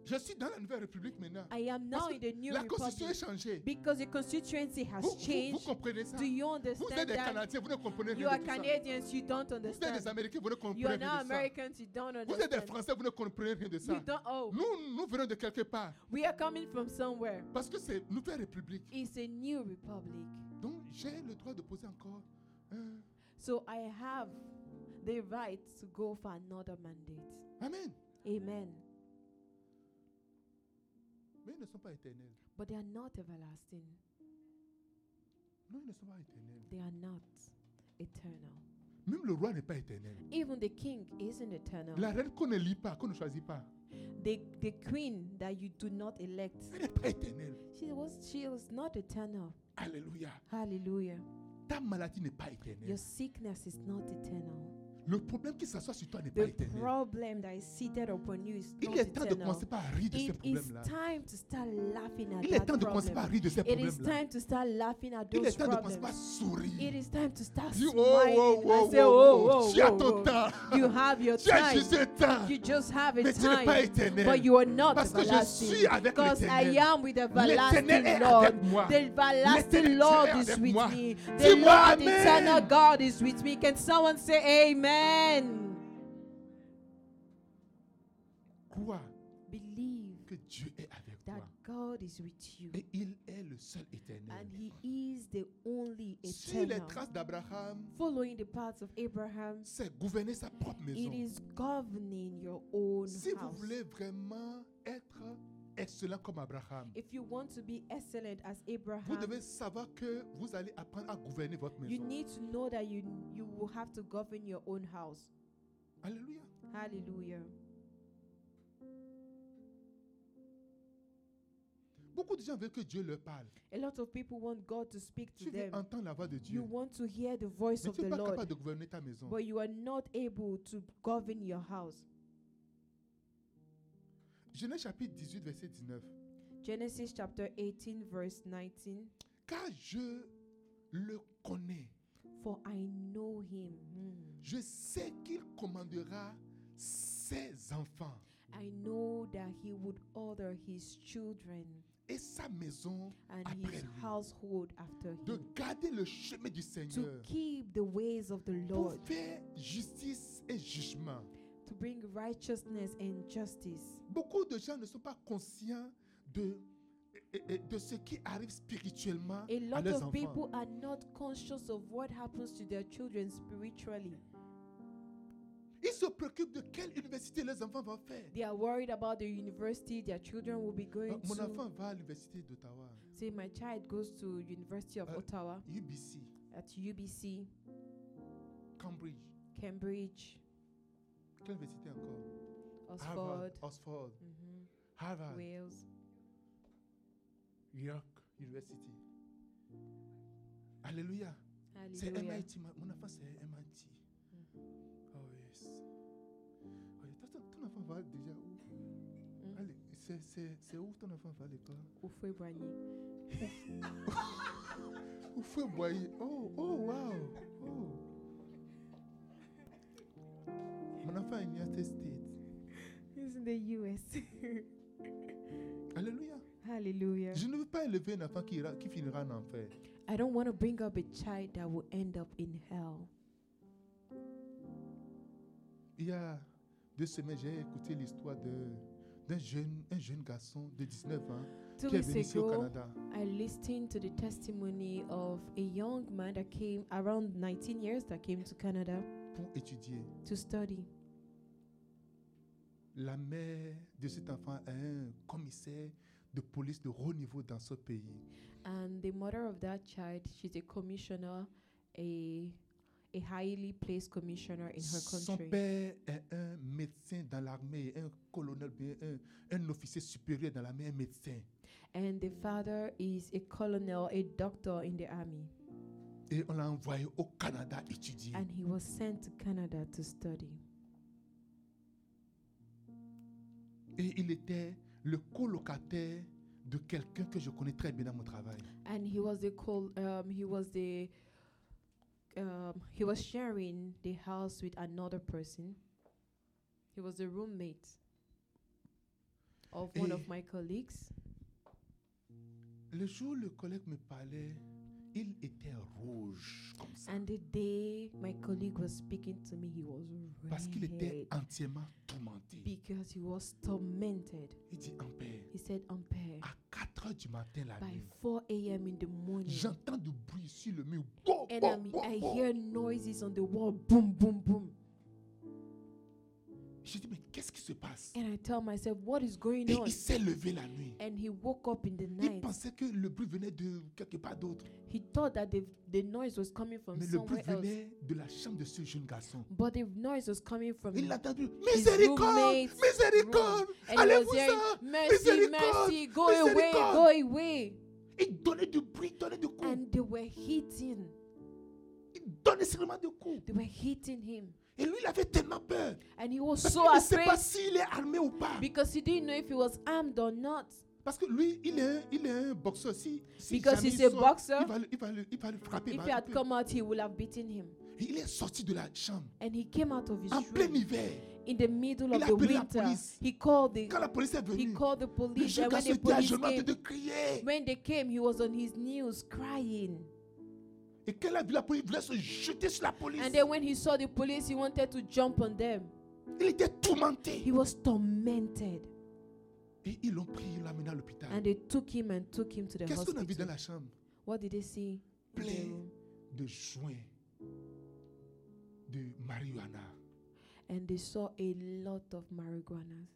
je suis dans la nouvelle république maintenant. I am Parce now que in the new la constitution est republic changée. because the constituency has Vous, vous- vous changed. comprenez ça Do you Vous êtes understand des that? Canadiens, vous ne comprenez You rien are de tout ça. Canadians, you don't Vous êtes des understand. Américains, vous ne You comprenez are rien now de ça. Americans, you don't Vous êtes des understand. Français, vous ne comprenez rien de You ça. don't. Oh, Nous, nous venons de quelque part. we are coming from somewhere. Parce que c'est une nouvelle république. It's a new republic, Donc, j'ai le droit de poser encore euh, un... so I have the right to go for another mandate. Amen. Amen. Mais ils ne sont pas éternels. But they are not everlasting. Non, ils ne sont pas éternels. They are not eternal. Même le roi n'est pas éternel. Even the king isn't eternal. La reine qu'on ne lit pas, qu'on ne choisit pas, the the queen that you do not elect elle n'est pas éternelle. she was she was not eternal Alléluia. hallelujah Ta maladie n'est pas your éternelle. sickness is not eternal Le problème qui s'assoit sur toi n'est pas the éternel. problem that is seated upon you is not Il est temps de eternal commencer par rire de ces it is problèmes-là. time to start laughing at Il est that temps de commencer par problem rire de ces it is problèmes-là. time to start laughing at Il est those temps de commencer par problems it sourire. is time to start Dis, smiling oh, oh, oh, and say oh oh, oh, oh, tu as oh, ton oh. temps. you have your Tu as time juste un temps. you just have a Mais tu n'es pas time but éternel. you are not Parce que je suis everlasting avec because I l'éternel. am with L'éternel est everlasting Lord avec moi. The everlasting L'éternel Lord est is avec with moi. me. The Dis-moi Lord, the Amen. eternal God is with me. Can someone say Amen? Crois Believe que Dieu est avec that toi. God is with you, Et il est le seul éternel. and He is the only Sur les eternal. traces d'Abraham, Following the paths of Abraham, c'est gouverner sa propre it maison. is governing your own Si vous house. voulez vraiment être excellent comme Abraham, If you want to be excellent as vous Abraham, devez savoir que vous allez apprendre à gouverner votre you maison. need to know that you you will have to govern your own house. Alléluia. Hallelujah. Beaucoup de gens veulent que Dieu leur parle. A lot of people want God to speak to Tu veux them. entendre la voix de Dieu, You want to hear the voice mais of tu n'es the pas Lord, capable de gouverner ta maison. but you are not able to govern your house. Genèse chapitre 18, verset 19. Genesis chapter 18, verse 19. Car je le connais. For I know him. Hmm. Je sais qu'il commandera ses enfants I know that he would order his children et sa maison and après his lui, household after de him garder le chemin du to Seigneur keep the ways of the pour Lord, faire justice et jugement. to bring righteousness and justice. Beaucoup de gens ne sont pas conscients de, et- et- de ce qui arrive spirituellement A à lot leurs of enfants. people are not conscious of what happens to their children spiritually. Ils se préoccupent de quelle université leurs enfants vont faire. They are worried about the university their children will be Euh, going Mon to. enfant va à l'université d'Ottawa, Say my child goes to University of Uh, Ottawa UBC, at UBC, Cambridge, Cambridge, quelle université encore Oxford, Oxford, mhm, Harvard, Wales, York University. Alléluia. C'est Hallelujah. MIT, ma- mon enfant c'est MIT. Oh yes. Oh, yeah. ton, ton enfant va déjà où Mm. Allez, c'est- C'est c'est où ton enfant va à l'école Ufwe Bwanyi. Où faut boyer Oh, oh, wow. Oh. Mon enfant est United States. He's in the US. Alléluia. Hallelujah. Je ne veux pas élever un enfant qui, ira- qui finira en enfer. I don't want to bring up a child that will end up in hell. Il y a deux semaines, j'ai écouté l'histoire de- d'un jeune, un jeune garçon de 19 ans Two qui est venu weeks ici au ago, Canada. I listened to the testimony of a young man that came around 19 years that came to Canada pour étudier. to study. La mère de cet enfant est un commissaire de police de haut niveau dans ce pays. And the mother of that child, she's a commissioner, a a highly placed commissioner in her Son country. père est un médecin dans l'armée, un colonel, bien, un, un officier supérieur dans l'armée, un médecin. And the father is a colonel, a doctor in the army. Et on l'a envoyé au Canada étudier. And he was sent to Canada to study. Et il était le colocataire de quelqu'un que je connais très bien dans mon travail. And he was the col- um, he was the um, he was sharing the house with another person. He was the roommate of one Eh. of my colleagues. Le jour où le collègue me parlait, il était rouge comme ça. And the day my colleague was speaking to me, he was Parce qu'il était red entièrement tourmenté. because he was tormented. Il dit, en père, He said, "Ampere, à 4 heures du matin la by nuit, 4 a.m. in the morning, J'entends du bruit sur le mur. Boum, and boum, I'm, boum, I boum. hear noises on the wall, boom, boom, boom." Je dis, mais qu'est-ce qui se passe And I tell myself, "What is going Et on?" il s'est levé la nuit. And he woke up in the Il night. pensait que le bruit venait de quelque part d'autre. He thought that the, the noise was coming from Mais le bruit somewhere else. venait de la chambre de ce jeune garçon. But the noise was coming from Il his l'a entendu. roommate's Miséricorde Miséricorde room. And he was Allez-vous hearing, ça mercy, Miséricorde! mercy, go away, Miséricorde! Mm. go away. Il donnait du bruit, il donnait du coup. And they were hitting. Il donnait seulement du coup. They were hitting him. Et lui, il avait tellement peur. And he Parce was qu'il so ne sait afraid pas s'il est armé ou pas. because he didn't know if he was armed or not. Parce que lui, il est, un- il est un boxeur. Si, si Because jamais he's il a sort, boxer. Il va, le- il va le- il va le frapper. il If va he le had frapper. come out, he would have beaten him. Il est sorti de la chambre And he came out of his en plein room hiver. in the middle Il of a the appelé la winter. police. He called the Quand la police est he venue, called the le police. jeune And when garçon the était à police genoux en train came, de crier. When they came, he was on his knees crying. Et quand il a vu la police, il voulait se jeter sur la police. And then when he saw the police, he wanted to jump on them. Il était He tourmenté. was tormented. Et ils l'ont pris, ils l'ont amené à l'hôpital. And they took him and took him to the Qu'est-ce qu'on a vu dans hospital. la chambre What did they see? in the Plein room? de joint de marijuana, And they saw a lot of marijuana,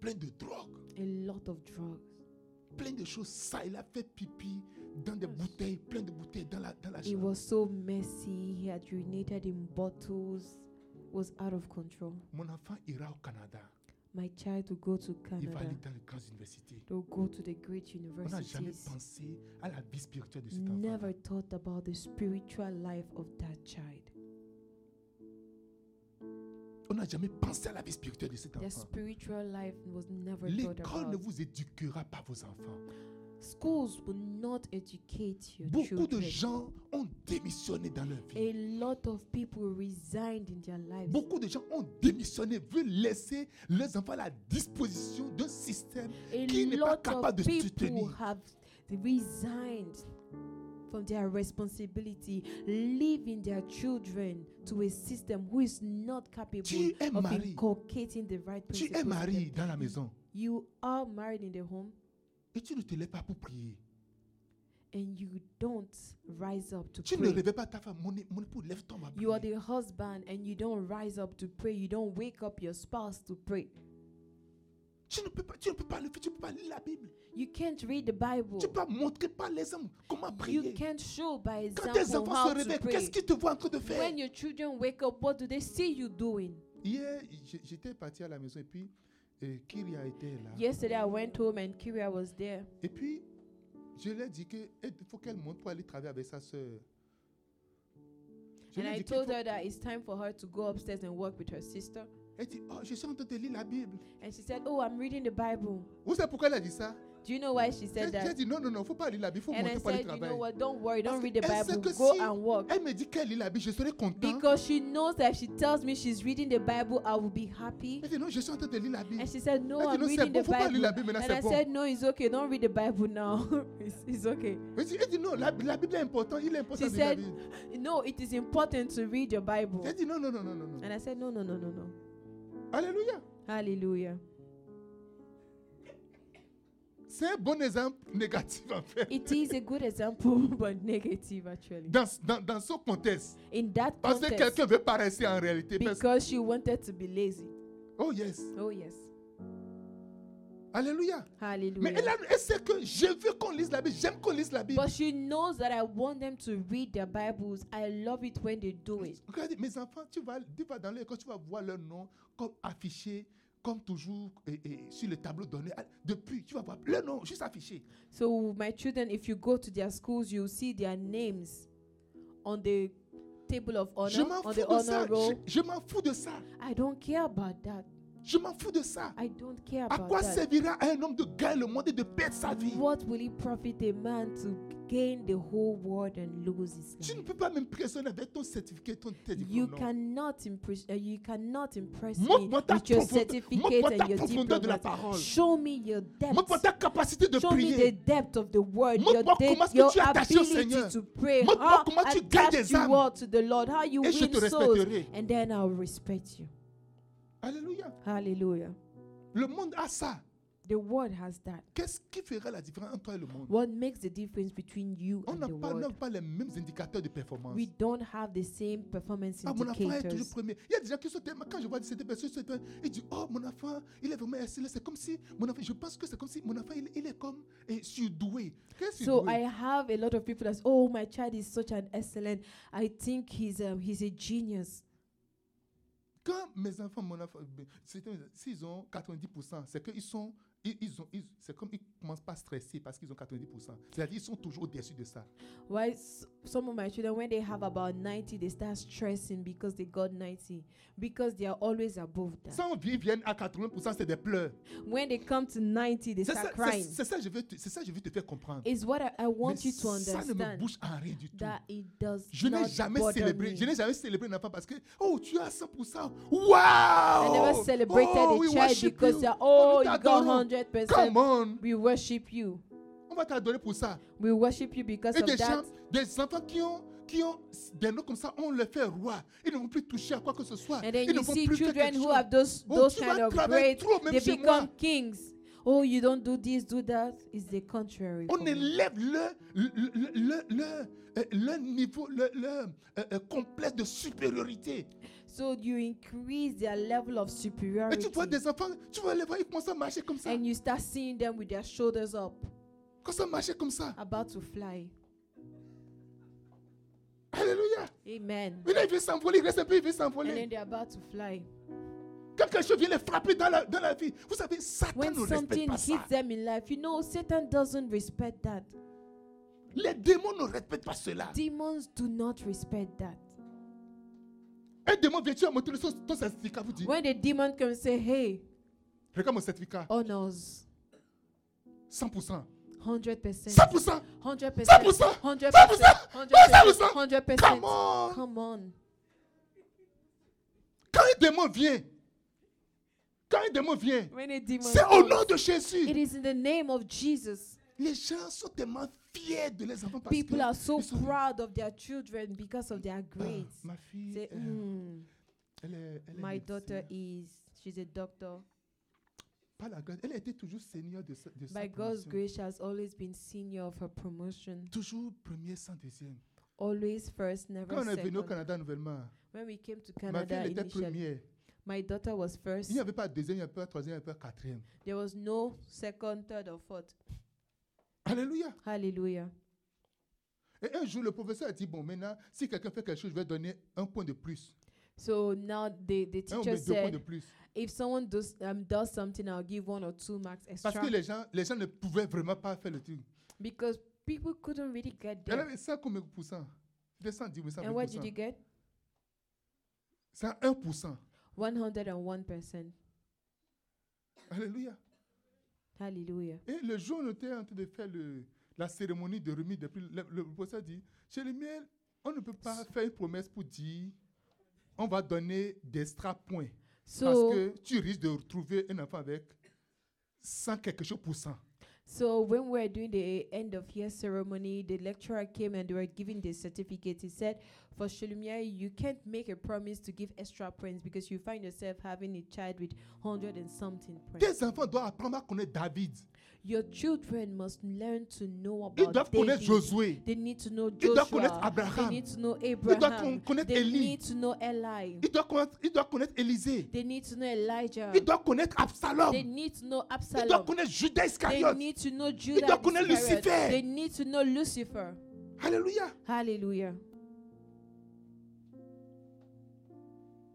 plein de drogue, a lot of drugs. plein de choses. Ça, il a fait pipi dans des bouteilles, plein de bouteilles dans la, dans la It chambre. was so messy. He had urinated in bottles, was out of control. Mon enfant ira au Canada. My child will go to Il va aller Canada. dans les grandes universités. They'll go to the great On n'a jamais universities. pensé à la vie spirituelle de cet enfant. Never thought about the spiritual life of that child. On n'a jamais pensé à la vie spirituelle de cet Their enfant. spiritual life was never thought L'école ne about. vous éduquera pas vos enfants. Schools will not educate your Beaucoup de children. gens ont démissionné dans leur vie. A lot of people resigned in their lives. Beaucoup de gens ont démissionné, veulent laisser leurs enfants à la disposition d'un système A qui n'est pas lot capable de of people soutenir. have resigned from their responsibility, leaving their children to a system who is not capable Tu es of marié. inculcating the right Tu principles. es in them. marié dans la maison You are married in the home et tu ne te lèves pas pour prier. and you don't rise up to Tu ne pray. réveilles pas ta femme. Mon, mon époux, lève-toi, ma You are prière. the husband and you don't rise up to pray. You don't wake up your spouse to pray. Tu ne peux pas, tu ne peux pas le faire, tu ne peux pas lire la Bible. You can't read the Bible. Tu peux pas montrer par les hommes comment Oh. You prier. can't show by Quand tes example enfants how se to réveillent, pray. qu'est-ce qu'ils te voient en train de faire When your children wake up, what do they see you doing? Hier, j- j'étais parti à la maison et puis euh, Kyria était là. Yesterday, I went home and Kyria was there. Et puis, je lui ai dit qu'il faut qu'elle monte pour aller travailler avec sa soeur. Je And lui ai I dit qu'il told faut- her that it's time for her to go upstairs and work with her sister. Elle dit, oh, je suis en train de lire la Bible. And she said, Oh, I'm reading the Bible. Vous savez pourquoi elle a dit ça Do you know why she J'ai said j'ai that? dit, non, non, non, il ne faut pas lire la Bible, il faut And I monter pour aller said, You know travailler. what? Don't worry, Parce don't read que the elle sait Bible. que si Go and work. Elle me dit qu'elle lit la Bible, je serai content. Because she knows that if she tells me she's reading the Bible, I will be happy. Elle dit, non, je suis en train de lire la Bible. And she said, No, Elle dit, I'm non, c'est reading bon, the faut pas lire Bible. la Bible, maintenant And I c'est bon. said, No, it's okay. Don't read the Bible now. it's, it's okay. Elle dit, elle dit, non, la, la Bible est importante, il est important de She lire la said- Bible. No, it is important to read your Bible. Elle dit, non, non, non, non, non. non. And I said, No, no, no, no, no. Alléluia. Hallelujah. C'est un bon exemple négatif, en fait. It is a good example, but negative actually. Dans, dans, dans ce contexte. In that Parce que context, quelqu'un veut paraître en réalité. parce- because she wanted to be lazy. Oh yes. Oh, yes. Alléluia. Mais elle, Hallelujah. a- elle sait que je veux qu'on lise la Bible. J'aime qu'on lise la Bible. But she knows that I want them to read their Bibles. I love it when they do it. Regardez, mes enfants, tu vas, tu vas dans l'école, tu vas voir leur nom comme affiché, comme toujours et- et sur le tableau donné. Ah, Depuis, tu vas voir leur nom juste affiché. So, my children, if you go to their schools, you'll see their names on the table of je honor, m'en fous on the de ça. honor roll. Je, je m'en fous de ça. I don't care about that. Je m'en fous de ça. I don't care À about quoi that. servira un homme de gagner le monde et de perdre sa vie What will it profit a man to gain the whole world and lose his Tu life? ne peux pas m'impressionner avec ton certificat, ton tête. You cannot impress. Uh, you cannot impress me Montre-moi ta with your profondeur, certificate montre-moi and ta your profondeur de la diploma. parole. Show me your Montre-moi depth. ta capacité de Show me the prier. depth of the word. Your, Montre-moi de- comment est-ce que your tu es attaché au ability Seigneur. to pray. Montre-moi How comment tu gagnes attached des you âmes. are to the Lord. How you Et je win te souls. respecterai. And then I'll respect you. Alléluia. Hallelujah. Le monde a ça. The word has that. Qu'est-ce qui fera la différence entre toi et le monde What makes the difference between you On and n'a the pas, on n'a world? pas les mêmes indicateurs de performance. We don't have the same performance Ah, mon enfant est toujours indicators. premier. Il y a des gens qui sont tellement. Quand je vois cette personne, il dit Oh, mon enfant, il est vraiment excellent. C'est comme si. Mon enfant, je pense que c'est comme si mon enfant, il, il est comme eh, surdoué. Qu'est-ce que So surdoué? I have a lot of people that's oh my child is such an excellent. I think he's um, he's a genius. Quand mes enfants, mon enfant, ben, c'est un- s'ils ont 90%, c'est qu'ils sont. Ils, ils ont, ils- c'est comme ils ne commencent pas à stresser parce qu'ils ont 90%. C'est-à-dire qu'ils sont toujours au-dessus de ça. Why s- some of my children when they have about 90 they start stressing because they got 90 because they are always above that. Sans vie, ils viennent à 80%, c'est des pleurs. When they come to 90 they C'est start ça, c'est- crying. c'est ça, je veux te- c'est ça que je veux te faire comprendre. Is what I, I want Mais you to ça ne me understand bouge à rien du tout. that it does Je n'ai not jamais bother célébré, me. je n'ai jamais célébré un enfant parce que oh tu as 100%. Wow! I never celebrated oh, we a child worship because you. they're Oh, oh nous you got t'adorons. 100 Come percent. on, We worship you. on va t'adorer pour ça. We worship you because Et of des gens, that. des enfants qui ont qui ont des noms comme ça, on les fait roi. Ils ne vont plus toucher à quoi que ce soit. And then Ils ne you vont see plus faire children quelque who chose. have those Oh, those tu kind vas of travailler grades, trop même they chez become moi. kings. Oh, you don't do this, do that. It's the contrary. On from me. élève leur le, le, le- le- euh, leur niveau, leur, leur, euh, euh, complexe de supériorité. So you increase their level of Et superiority, tu vois des enfants, tu vois les voir, ils commencent à marcher comme ça. and you start seeing them with their shoulders up, Commencent à marcher comme ça. about to fly. Alléluia. Amen. Mais là, il veut s'envoler, il reste un peu, il veut And then s'envoler. they're about to fly. Quand quelque chose vient les frapper dans la, dans la vie, vous savez, Satan When ne respecte something pas ça. hits them in life, you know Satan doesn't respect that. Les démons ne respectent pas cela. Demons do not respect that. Un démon vient, tu as montré son- ton certificat, vous dites, When the demon comes, say, hey, regarde mon certificat, honors, 100%. 100%, 100%, 100%. 100%, 100%, 100%, 100%, 100%, Come on. Come on. Quand un démon vient, quand un démon vient, When a demon c'est au comes, nom de it Jésus. is in the name of Jesus. Les gens sont tellement fiers de leurs enfants parce People que are so ils sont- proud of their children because of their Ah, grades. ma fille, Say, euh, "Mm, elle est, elle est my médecin. daughter is, she's a doctor. Par la grâce, elle a été toujours seigneur de, sa- de sa By God's promotion. grace, she has always been senior of her promotion. Toujours premier sans deuxième. Always first, never Quand on est venu au second. Canada nouvellement, When we came to ma fille Canada elle était initially, première. my daughter was first. Il n'y avait pas deuxième, il n'y avait pas troisième, il n'y avait pas quatrième. There was no second, third, or fourth. Alléluia. Hallelujah. Et un jour, le professeur a dit, bon, maintenant, si quelqu'un fait quelque chose, je vais donner un point de plus. So now the, the Un ou bien deux teacher points de said, plus. if someone does um, does something, I'll give one or two marks extra. Parce que les gens, les gens ne pouvaient vraiment pas faire le truc. Because people couldn't really get Elle there. avait 100 combien de pourcents 210 ou 100 And what did you get? 101%. 101%. Alléluia. Hallelujah. Et le jour où on était en train de faire le- la cérémonie de remise de prix, le, le professeur dit, chez les miel, on ne peut pas faire une promesse pour dire, on va donner des extra points. Parce So, que tu risques de retrouver un enfant avec 100 quelque chose pour cent. so when we were doing the end of year ceremony, the lecturer came and they were giving the certificate. He said, for Shalumia, you can't make a promise to give extra points because you find yourself having a child with 100 and something points. Tes enfants doivent apprendre à connaître David. Your children must learn to know Ils about doivent connaître David. Josué. They need to know Ils doivent Joshua. connaître They Abraham. need to know doivent con- Abraham. connaître They Élie. need to know Eli. Ils doivent connaître, ils doivent connaître Élisée. They need to know Elijah. Ils doivent connaître Absalom. They need to know Ils doivent Absalom. connaître Judas They Iscariot. need to know Judas. doivent connaître Iscariot. Lucifer. They need to know Lucifer. Alléluia. Hallelujah.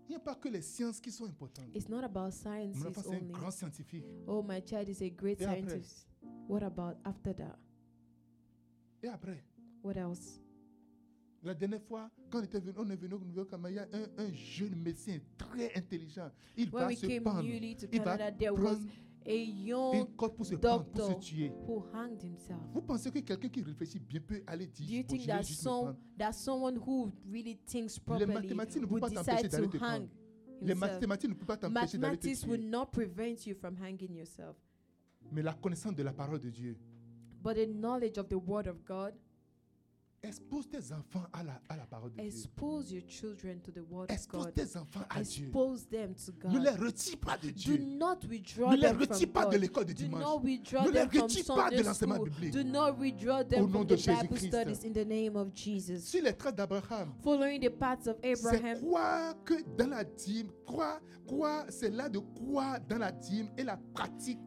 Il n'y a pas que les sciences qui sont importantes. It's not about Mon sciences enfant, c'est un only. grand scientifique. Oh, my child is a great Et après? scientist. What about after that? Et après, What else? la dernière fois, quand on, était venu, on est venu au Nouveau-Canada, il y a un, un jeune médecin très intelligent. Il When va we se came pendre. newly to Il va Canada, there was prendre a young une corde pour se pendre, pour se doctor. tuer. who hanged himself. Vous pensez que quelqu'un qui réfléchit bien peut aller dire Do you bon, think je vais that juste me some pendre. that someone who really thinks properly mathématiques ne peuvent would pas t'empêcher decide d'aller te to hang Les himself? mathématiques ne peuvent pas t'empêcher d'aller te Mathematics will tuer. not prevent you from hanging yourself. Mais la connaissance de la parole de Dieu. But the knowledge of the Word of God, Expose tes enfants à la, à la parole de Dieu. expose your children to the Word of Expose God. tes enfants à Dieu. Expose them to Ne les God. retire pas de Do Dieu. not withdraw Ne les them from retire pas de God. l'école de Do dimanche. not withdraw Ne les them from retire pas de Sunday l'enseignement school. biblique. Do not withdraw Au them nom from de the Bible Jésus-Christ. studies in the name of Jesus. Sur les traces d'Abraham, Following the paths of c'est Abraham, croire que dans la dîme, croire, croire, c'est là de croire dans la dîme et la pratique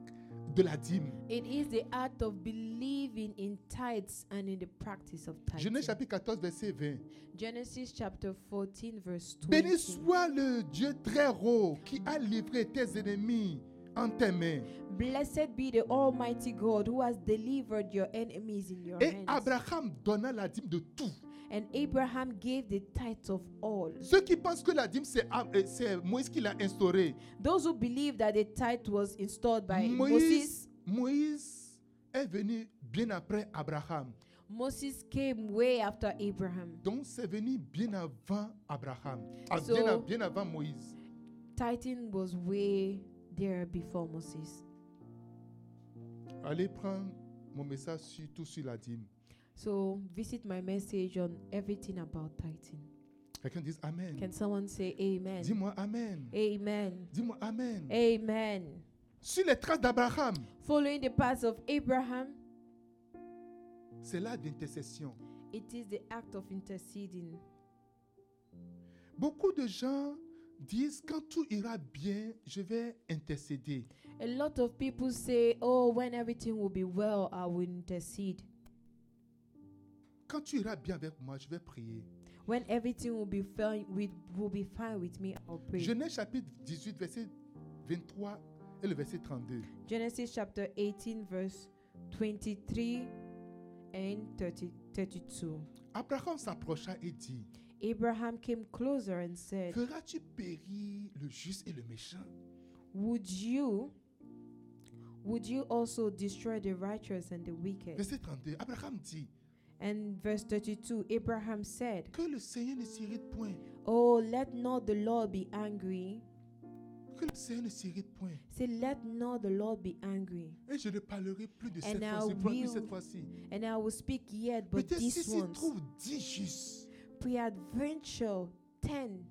de la dîme. it is the act of believing in tithes and in the practice of Genèse tithes. chapitre 14, verset 20. Genesis chapter 14, verse Béni 20. soit le Dieu très haut qui a livré tes ennemis en tes mains. Blessed be the Almighty God who has delivered your enemies in your Et hands. Abraham donna la dîme de tout. and Abraham gave the tithe of all. Ceux qui pensent que la dîme, c'est Ab- euh, c'est Moïse qui l'a instaurée. Those who believe that the tithe was installed by Moïse, Moses, Moïse est venu bien après Abraham. Moses came way after Abraham. Donc c'est venu bien avant Abraham, Ah, So- bien, a- bien avant Moïse. Tithing was way there before Moses. Allez prendre mon message sur, tout sur la dîme. So visit my message on everything about tithing. Quelqu'un dit Amen. Can someone say amen? Dis-moi Amen. Amen. Dis-moi Amen. Amen. Sur les traces d'Abraham, Following the paths of Abraham, c'est là d'intercession. it is the act of interceding. Beaucoup de gens disent quand tout ira bien, je vais intercéder. A lot of people say, oh, when everything will be well, I will intercede. Quand tu iras bien avec moi, je vais prier. When everything will be fine with will be fine with me, I'll pray. Genèse chapitre 18, verset 23 et le verset 32. Genesis chapter 18, verse 23 and 30, 32. Abraham s'approcha et dit, Abraham came closer and said, Feras-tu périr le juste et le méchant Would you would you also destroy the righteous and the wicked? Verset 32, Abraham dit And verse 32, Abraham said, Que le Seigneur ne s'irrite point, Oh, let not the Lord be angry. que le Seigneur ne s'irrite point. Say, let not the Lord be angry. Et je ne parlerai plus de And cette I fois-ci, point, plus will- cette fois-ci. And I will speak yet, but Peut-être si this s'y once. trouve dix justes. Peradventure, ten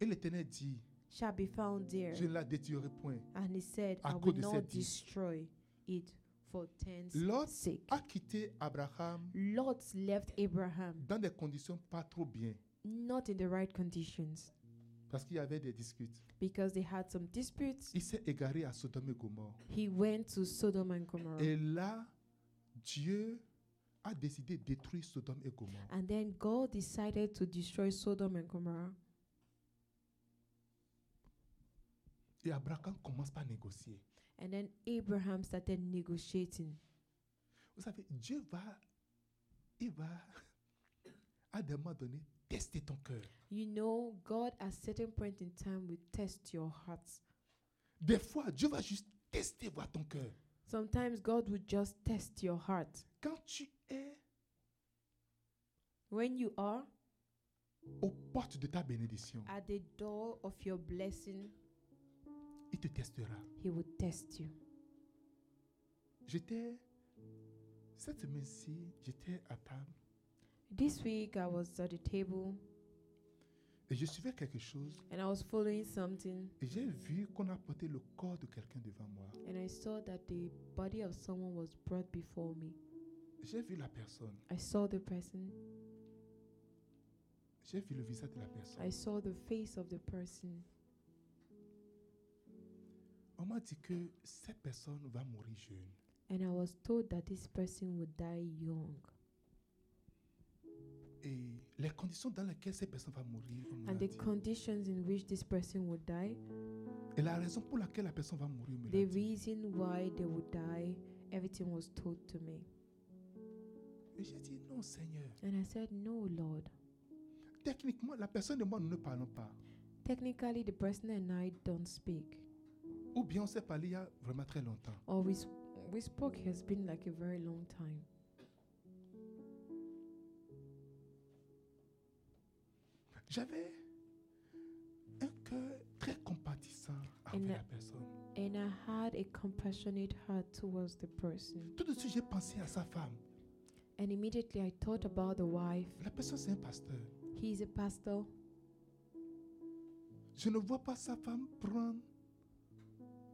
Et l'Éternel dit shall be found there. Je ne la détruirai point. And he said, À I cause will de ces not dix. destroy it for ten's Lot sake. A quitté Abraham Lot left Abraham dans des conditions pas trop bien, not in the right conditions parce qu'il y avait des disputes. because they had some disputes. Il s'est égaré à Sodome et Gomorre. He went to Sodom and Gomorrah. Et là, Dieu a décidé de détruire Sodome et Gomorre. And then God decided to destroy Sodom and Gomorrah. Et Abraham commence par négocier. And then Abraham started negotiating. Vous savez, Dieu va, il va, à des moments donnés, tester ton cœur. You know, God at certain point in time will test your hearts. Des fois, Dieu va juste tester, voir ton cœur. Sometimes God will just test your heart. Quand tu es When you are aux portes de ta bénédiction, at the door of your blessing, il te testera. He will test you. J'étais, cette semaine-ci, j'étais à table This week I was at the table et je suivais quelque chose and I was following something et j'ai vu qu'on a porté le corps de quelqu'un devant moi. and I saw that the body of someone was brought before me. J'ai vu la personne, I saw the person, j'ai vu le visage de la personne. I saw the face of the person. On m'a dit que cette personne va mourir jeune. And I was told that this person would die young. Et les conditions dans lesquelles cette personne va mourir, on me And l'a the dit. conditions in which this person would die, et la raison pour laquelle la personne va mourir, on me l'a the dit. reason why they would die, everything was told to me. Et j'ai dit non, Seigneur. And I said, No, Lord. Techniquement, la personne et moi, nous ne parlons pas. Technically, the person and I don't speak. Ou bien on s'est parlé il y a vraiment très longtemps. Or we, s- we spoke has been like a very long time. J'avais un cœur très compatissant Et envers la- la personne. And I had a compassionate heart towards the person. Tout de suite, j'ai pensé à sa femme. And immediately I thought about the wife. La personne, c'est un pasteur. He is a pastor. Je ne vois pas sa femme prendre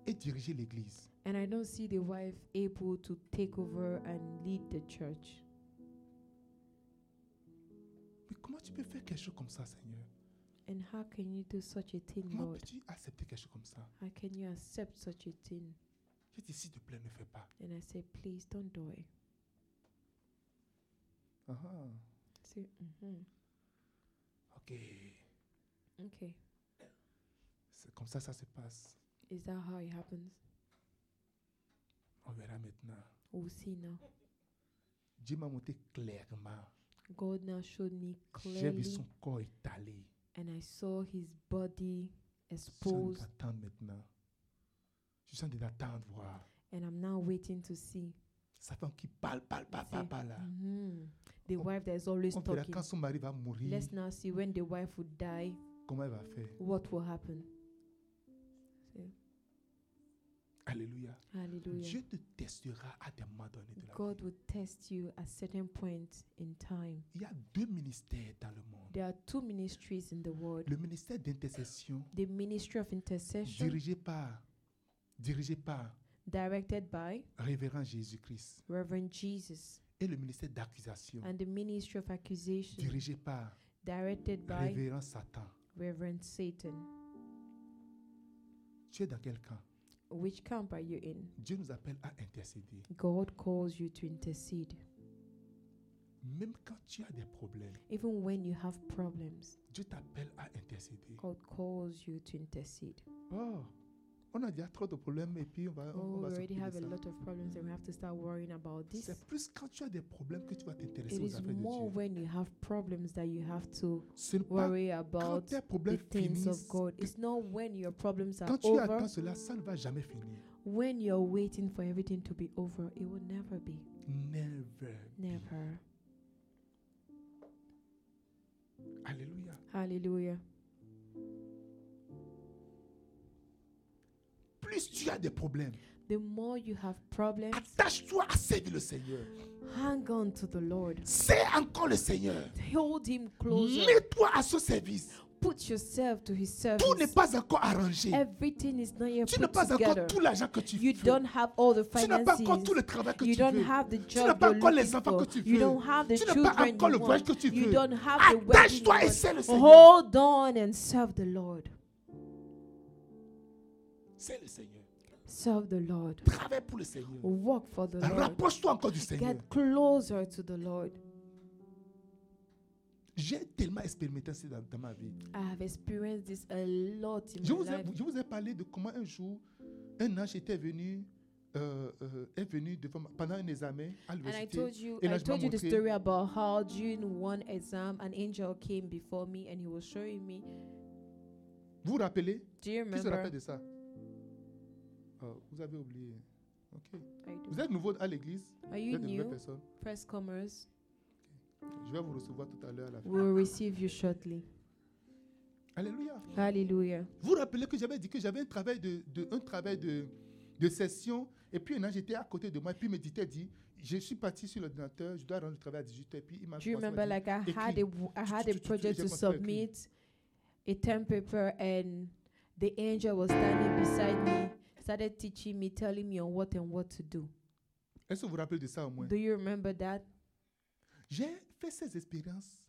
et diriger l'église. And I don't see the wife able to take over and lead the church. Mais comment tu peux faire quelque chose comme ça, Seigneur And how can you do such a thing, Comment Lord? peux-tu accepter quelque chose comme ça How can you accept such a thing? J'ai dit, s'il te plaît, ne fais pas. And I said, please don't do it. Ah, ah, Say, mm-hmm. ok, Okay. c'est comme ça, ça se passe. Is that how it happens? On verra maintenant. We'll see now. Dieu m'a monté clairement. God now showed me J'ai vu clearly, son corps étalé. and I saw his body Je exposed, t'attends maintenant. Je suis en train d'attendre voir. and I'm now waiting to see. Sa femme qui parle, parle, parle, parle, C'est- parle. là. Mhm. The On- wife that is always On verra talking. quand son mari va mourir, Let's now see when the wife would die, comment elle va faire. what will happen. Say, Alléluia. Hallelujah. Dieu te testera à des moments donnés de la God vie. will test you at certain point in time. Il y a deux ministères dans le monde. There are two ministries in the world. Le ministère d'intercession, The ministry of intercession, dirigé par, dirigé par directed by Révérend Jésus-Christ. Reverend Jesus, Et le ministère d'accusation, and the ministry of accusation, dirigé par directed by Révérend Satan. Reverend Satan. Tu es dans quel camp Which camp are you in? Dieu nous appelle à intercéder. God calls you to intercede. Même quand tu as des problèmes, Even when you have problems, Dieu t'appelle à intercéder. God calls you to intercede. Oh, on a déjà trop de problèmes et puis on va, on- Oh, on we va s'occuper already de have a ça. lot of problems and we have to start worrying about this. C'est plus quand tu as des problèmes que tu vas t'intéresser It aux is affaires de more Dieu. when you have problems that you have to Ce n'est pas worry quand about tes the problèmes things of finissent, God. que- It's not when your problems are quand tu attends over, cela, ça ne va jamais finir. when you're waiting for everything to be over. It will never be. Never. Never. Alléluia. Hallelujah. Plus tu as des problèmes, The more you have problems, attache-toi à servir le Seigneur. hang on to the Lord. C'est encore le Seigneur. Hold him closer. Mets-toi à ce service. Put yourself to his service. Tout n'est pas encore arrangé. Everything is not yet Tu n'as put pas together. encore tout l'argent que tu You veux. don't have all the Tu n'as pas finances. encore tout le travail que You tu veux. don't have the Tu n'as job pas you're encore les looking enfants for. que tu You veux. don't have the Tu n'as pas children encore le you voyage want. que tu You veux. don't have the wedding you Attache-toi et want. c'est le Seigneur. Hold on and serve the Lord. C'est le Seigneur. Serve the Lord. Travaille pour le Seigneur. Walk for the Oh, Lord. Rapproche-toi encore du Seigneur. Get closer to the Lord. J'ai tellement expérimenté ça dans, dans ma vie. I have experienced this a lot in Je my vous, ai, life. je vous ai parlé de comment un jour, un ange était venu, euh, euh, est venu devant moi pendant un examen à And I l'université. told you, Et là, I je told dois you the montrer. story about how during one exam, an angel came before me and he was showing me. Vous vous rappelez Do you Qui se remember? rappelle de ça Oh, Vous avez oublié. Ok. I do. Vous êtes nouveau à l'église Are Vous you êtes de nouvelles new? personnes Press commerce. Je vais vous recevoir tout à l'heure à la fin. We'll receive you shortly. Alléluia. Hallelujah. Vous vous rappelez que j'avais dit que j'avais un travail de, de- un travail de, de session et puis un ange était à côté de moi et puis il me dit, t'as dit, je suis parti sur l'ordinateur, je dois rendre le travail à 18h et puis il m'a Do you commencé à remember dire, like I had a écris. w- I Tu- had tu- a tu- tu- project j'ai to commencé à écrire. submit a term paper and the angel was standing beside me, started teaching me, telling me on what and what to do. Est-ce que vous vous rappelez de ça au moins Do you remember that? J'ai fait ces expériences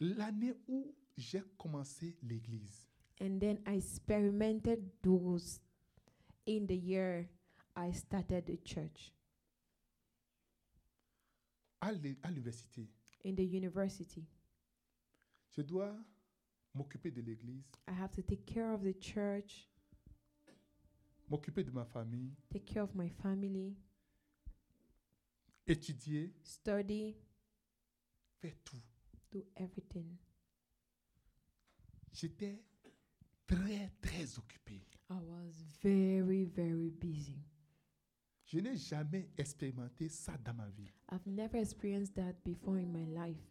l'année où j'ai commencé l'église. And then I experimented those in the year I started the church À l'é- à l'université, in the university. je dois m'occuper de l'église, I have to take care of the church, m'occuper de ma famille, take care of my family, étudier, study, faire tout. do everything. J'étais très, très occupé. I was very, very busy. Je n'ai jamais expérimenté ça dans ma vie. I've never experienced that before in my life.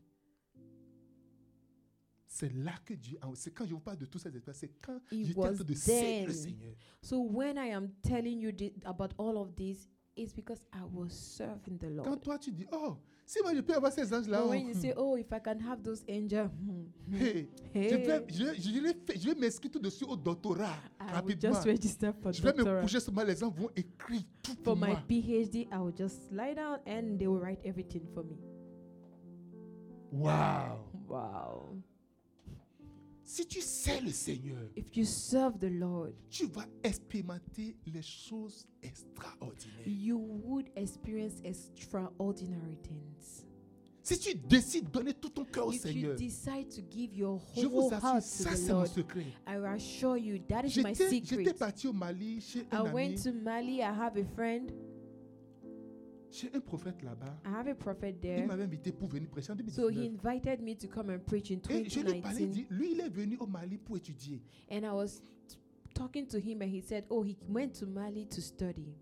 C'est là que Dieu. a- C'est quand je vous parle de tous ces espaces, c'est quand It j'étais en was train de servir le then. Seigneur. So when I am telling you thi- about all of this, it's because I was serving the Quand Lord. toi tu dis, oh, si moi je peux avoir ces anges-là, But oh, when you say, hmm, "Oh, if I can have those angels," hmm, hmm, hey, je hey, vais, je, vais- je, vais faire- je vais m'inscrire tout de suite au doctorat Ah, I will rapidement. just register for Je vais me doctorate. coucher seulement, les gens vont écrire tout pour, For my moi. PhD, I will just lie down and they will write everything for me. Waouh! Wow! Si tu sais le Seigneur, If you serve the Lord, tu vas expérimenter les choses extraordinaires. you would experience extraordinary things. Si tu décides de donner tout ton cœur au If you Oh, Seigneur, decide to give your je vous whole assure, heart to ça the c'est mon Lord, secret. I assure you that is J'étais my j'étais secret. parti au Mali chez I un went ami, to Mali. I have a friend. chez un prophète là-bas. I have a prophet Il there. m'avait invité pour venir prêcher en So he 2019. invited me to come and preach in Et je lui parlais, il 2019. dit, lui il est venu au Mali pour étudier. And I was t- talking to him, and he said, Oh, he went to Mali to study.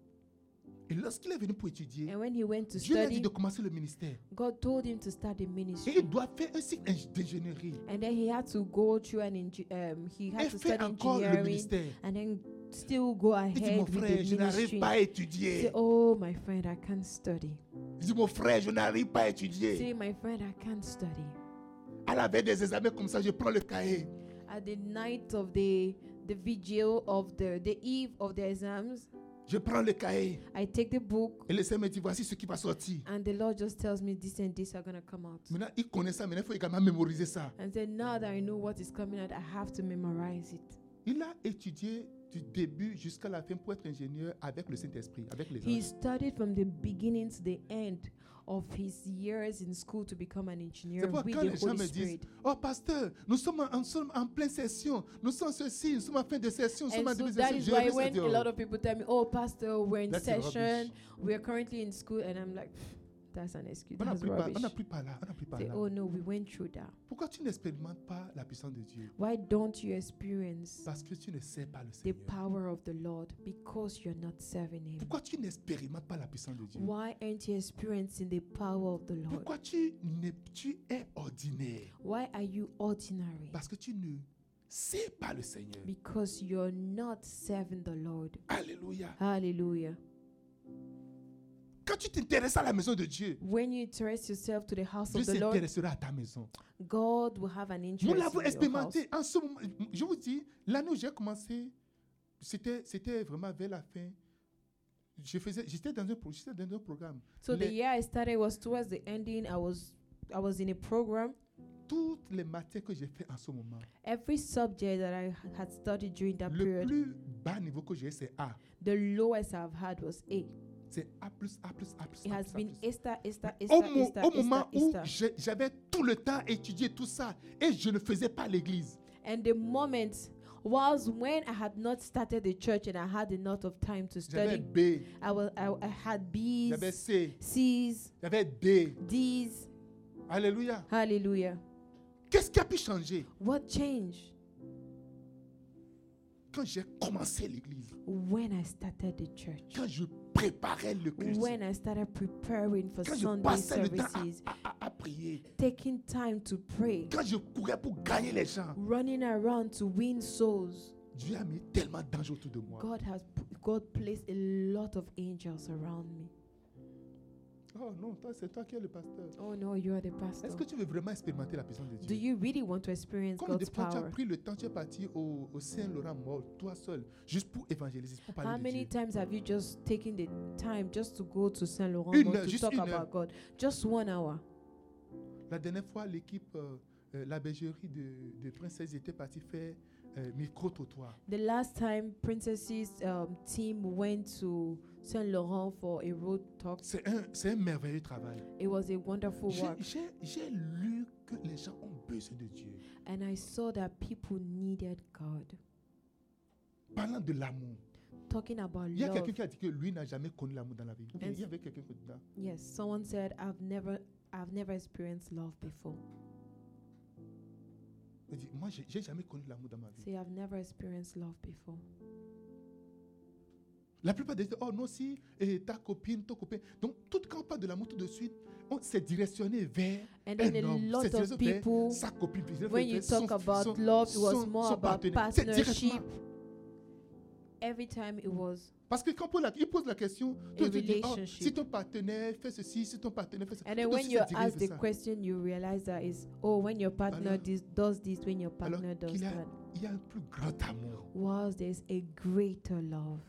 Et lorsqu'il est venu pour étudier, And when he went to Dieu lui a dit study, de commencer le ministère. God told him to start the Et ministry. il doit faire un cycle ing- d'ingénierie. And then he had to go through an engi- um, he Et had to faire study encore le engineering ministère. and then still go Il dit, mon ahead with frère, je the n'arrive ministry. pas à He étudier. said, Oh, my friend, I can't study. Il dit, mon frère, je n'arrive pas à Say, étudier. my friend, I can't study. À la veille des examens comme ça, je prends le cahier. at the night of the the vigil of the the eve of the exams Je prends le cahier. i take the book Et le Seigneur me dit, voici ce qui va sortir. and the lord just tells me this and this are gonna come out Maintenant, il connaît ça, maintenant il faut également mémoriser ça. and then now that i know what is coming out i have to memorize it Il a étudié du début jusqu'à la fin pour être ingénieur avec le Saint-Esprit, avec les He anges. studied from the beginning to the end of his years in school to become an engineer C'est pourquoi with quand les the gens Holy me disent, Spirit. oh pasteur, nous sommes en, nous sommes en pleine session, nous sommes ceci, nous sommes en fin de session, nous sommes en And so début de that session. is Je why reviens, when Dieu. a lot of people tell me, "Oh, pastor, we're in That's session, rubbish. we are currently in school," and I'm like, "Pff, "That's an excuse. On n'a That's pris par, on n'a rubbish." pris par là, on n'a pris par Say, là. "Oh no, we went through that. Pourquoi tu n'expérimentes pas la puissance de Dieu Why don't you experience Parce que tu ne sais pas le the Seigneur. power of the Lord because you're not serving Him? Pourquoi tu n'expérimentes pas la puissance de Dieu Why aren't you experiencing the power of the Lord? Pourquoi tu, n'es- tu es ordinaire Why are you ordinary? Parce que tu ne sais pas le Seigneur. Because you're not serving the Lord. Alléluia. Hallelujah. Quand tu t'intéresses à la maison de Dieu, When you interest yourself to the house Dieu of the Lord, s'intéressera à ta maison. God will have an interest. Nous l'avons in your house. expérimenté. En ce moment, je vous dis, l'année où j'ai commencé, c'était, c'était vraiment vers la fin. Je faisais, j'étais dans un, pro- j'étais dans un programme. So the Les- year I started was towards the ending. I was I was in a program. Toutes les matières que j'ai fait en ce moment, Every subject that I had studied during that le period, plus bas niveau que j'ai, c'est A. the lowest I've had was A. C'est A plus A plus A plus. It A has plus, A been plus. Esther, Esther, au, Esther, mo- Esther, au Esther, moment où Esther. j'ai- j'avais tout le temps étudié tout ça et je ne faisais pas l'église, And the moment was when I had not started the church and I had enough of time to j'avais study. B, I was I, I had B's, j'avais C, C's, j'avais D. D's. Alléluia. Hallelujah. Qu'est-ce qui a pu changer What changed quand j'ai commencé l'église, when I started the church? quand je préparais le culte, When I started preparing for quand je Sunday passais le temps à- services, à, à- à prier, taking time to pray, quand je courais pour gagner les gens, running around to win souls. Dieu a mis tellement d'anges autour de moi. God has p- God placed a lot of angels around me. Oh non, toi, c'est toi qui es le pasteur. Oh no, you are the Est-ce pastor. que tu veux vraiment expérimenter la puissance de Dieu Do you really want to experience Comme God's de fois tu as power? pris le temps, tu es parti au, au Saint-Laurent-Mort, toi seul, juste pour évangéliser, pour How parler de many Dieu. times have you just taken the time just to go to Saint Laurent Une Mall heure, to juste talk une heure. about God? Just one hour. La dernière fois, l'équipe, euh, euh, la bergerie de, de Princesse était partie faire euh, micro-trottoir. The last time Princess's um, team went to Saint Laurent for a road talk, C'est un, c'est un merveilleux travail. it was a wonderful J'ai- work, J'ai j'ai lu que les gens ont besoin de Dieu. and I saw that people needed God. Parlant de l'amour. Talking about Il y a love, quelqu'un qui a dit que lui n'a jamais connu l'amour dans la vie. Ou bien Yes. Il y avait quelqu'un qui dedans. yes, someone said, "I've never, I've never experienced love before." Il dit, moi, j'ai j'ai jamais connu l'amour dans ma vie. Say, "I've never experienced love before." La plupart des gens, oh non, si, et ta copine, ton copain. Donc, tout quand on parle de l'amour tout de suite, on s'est directionné vers And un then a homme. lot C'est of directionné vers people, sa copine. c'est when directionné you vers talk son- about son- love, it was son- more son about partenaire. C'est directement- partnership. every time it was Parce que quand on pose la, il pose la question, toi, A tu dis, oh, relationship. si ton partenaire fait ceci, si ton partenaire fait ceci. And then tout de when suite, you c'est dirigé ask the vers ça. question, you realize that is oh, when your partner Alors- dis- does this, when your Alors partner does qu'il a- that, il y a un plus grand amour. was there's a greater love,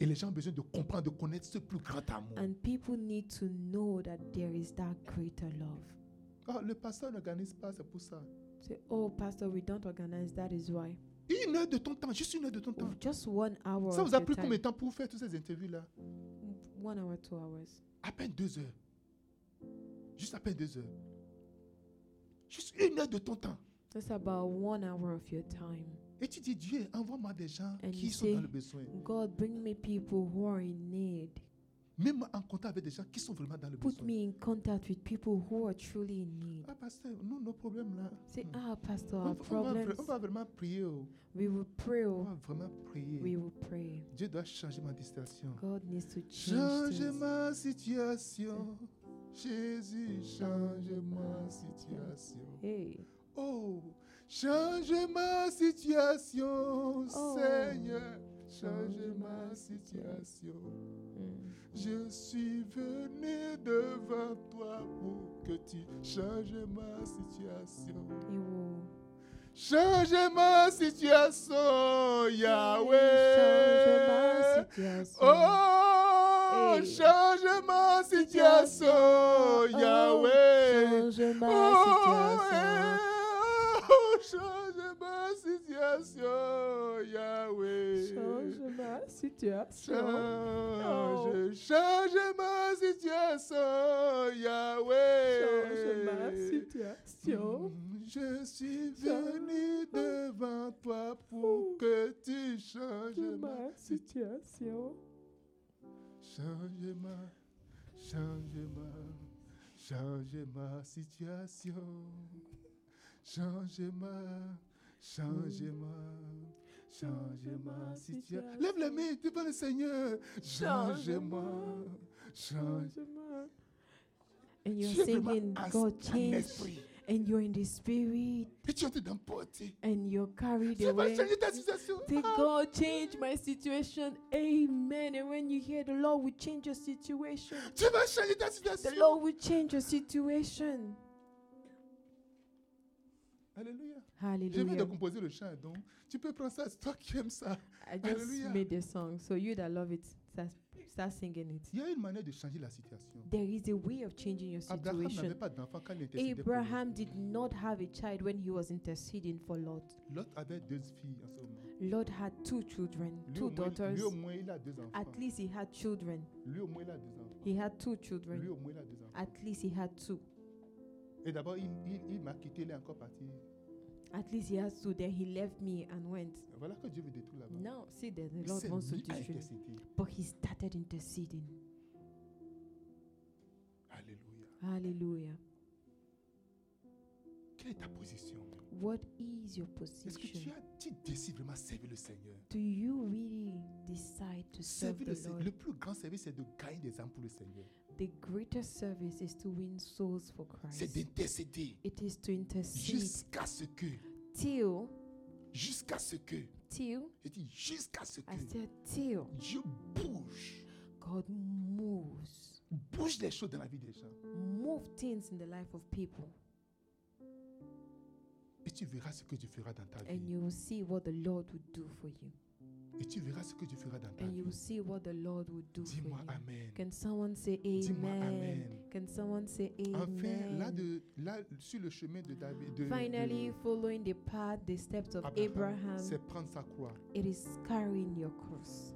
Et les gens ont besoin de comprendre, de connaître ce plus grand amour. and people need to know that there is that greater love. Oh, le pasteur n'organise pas, c'est pour ça. Say, oh, pastor, we don't organize. That is why. Une heure de ton temps, juste une heure de ton Oh, temps. just one hour. Ça of vous a your pris time. combien de temps pour faire toutes ces interviews-là Mm, One hour, two hours. À peine deux heures. Juste à peine deux heures. Juste une heure de ton temps. That's about one hour of your time. Et tu dis, Dieu, envoie-moi des gens And qui you sont say- dans le besoin. God, bring me people who are in need. Même en contact avec des gens qui sont vraiment dans le Put besoin. me in contact with people who are truly in need. Ah, pasteur, nous, nos problèmes là. Say, hmm. ah, pastor, on, our va- on va, vra- problems. on va vraiment prier. oh. We will pray. On oh. va vraiment prier. We will pray. Dieu doit changer ma distraction. God needs to change. Change things. ma situation. Jésus, change ma situation. Hey, Oh, change ma situation, Oh. Seigneur. Change ma situation. mm. Je suis venu devant toi pour que tu changes ma situation. He will Change ma situation, Yahweh. change my situation. Oh, Hey. Oh, change ma situation, Yahweh. Change my Oh, situation. eh, oh, change ma situation. supplications, Yahweh. Change ma situation. Change, change ma situation, Yahweh. Change ma situation. Mm, Je suis Change venu ma- devant toi pour Oh. que tu changes Change ma ma situation. Change ma, change ma, change ma situation. Change ma, change ma, change ma situation. Lève les mains devant le Seigneur. Change ma, change. Change ma- And you're Change ma singing, as- God en change. esprit. And you're in the spirit. Et tu es en train d'emporter. And you're carried Tu vas away. changer ta situation. Say, Ah. God, change my situation. Amen. And when you hear the Lord will change your situation, Tu vas changer ta the situation. Lord will change your situation. Alléluia. Je viens de Hallelujah. composer le chant, donc tu peux prendre ça, c'est toi qui aimes ça. I just Hallelujah. made the song. So you that love it, start, start singing it. Il y a une manière de changer la situation. There is a way of changing your Abraham n'avait situation. pas d'enfant quand il intercédait pour Lot. Abraham did not have a child when he was interceding for Lot. Lot avait deux filles en ce moment. Lot had two children, Lui, au two moins, daughters. lui, au moins, il a deux enfants. At least he had children. Lui au moins il a deux enfants. He had two Lui children. au moins il a deux enfants. At least he had two. Et d'abord il, il- il m'a quitté, il est encore parti. At least he had two. Then he left me and went. Voilà que Dieu veut détruire là-bas. Now, see that Il the Lord s'est wants to mis à destroy. intercéder. But he started interceding. Alléluia. Hallelujah. Quelle est ta position What is your Est-ce que tu position? as, tu décides vraiment de servir le Seigneur Do you really decide to serve Servir le the Seigneur. Lord? Le plus grand service, c'est de gagner des âmes pour le Seigneur. The greatest service is to win souls for C'est Christ. d'intercéder It is to intercede jusqu'à ce que, till, jusqu'à ce que, till, je dis jusqu'à ce que I said till Dieu bouge, God moves. bouge les choses dans la vie des gens. Move things in the life of people. Et tu verras ce que Dieu fera dans ta And vie. you will see what the Lord will do for you. Et tu verras ce que Dieu fera dans ta And vie. you will see what the Lord will do for Dis-moi you. Amen. Can someone say Dis-moi amen? Amen. Can someone say Enfin, là, amen? de, là, sur le chemin de David, de, Finally, de following the path, the steps of Abraham, Abraham, c'est prendre sa croix. it is carrying your cross.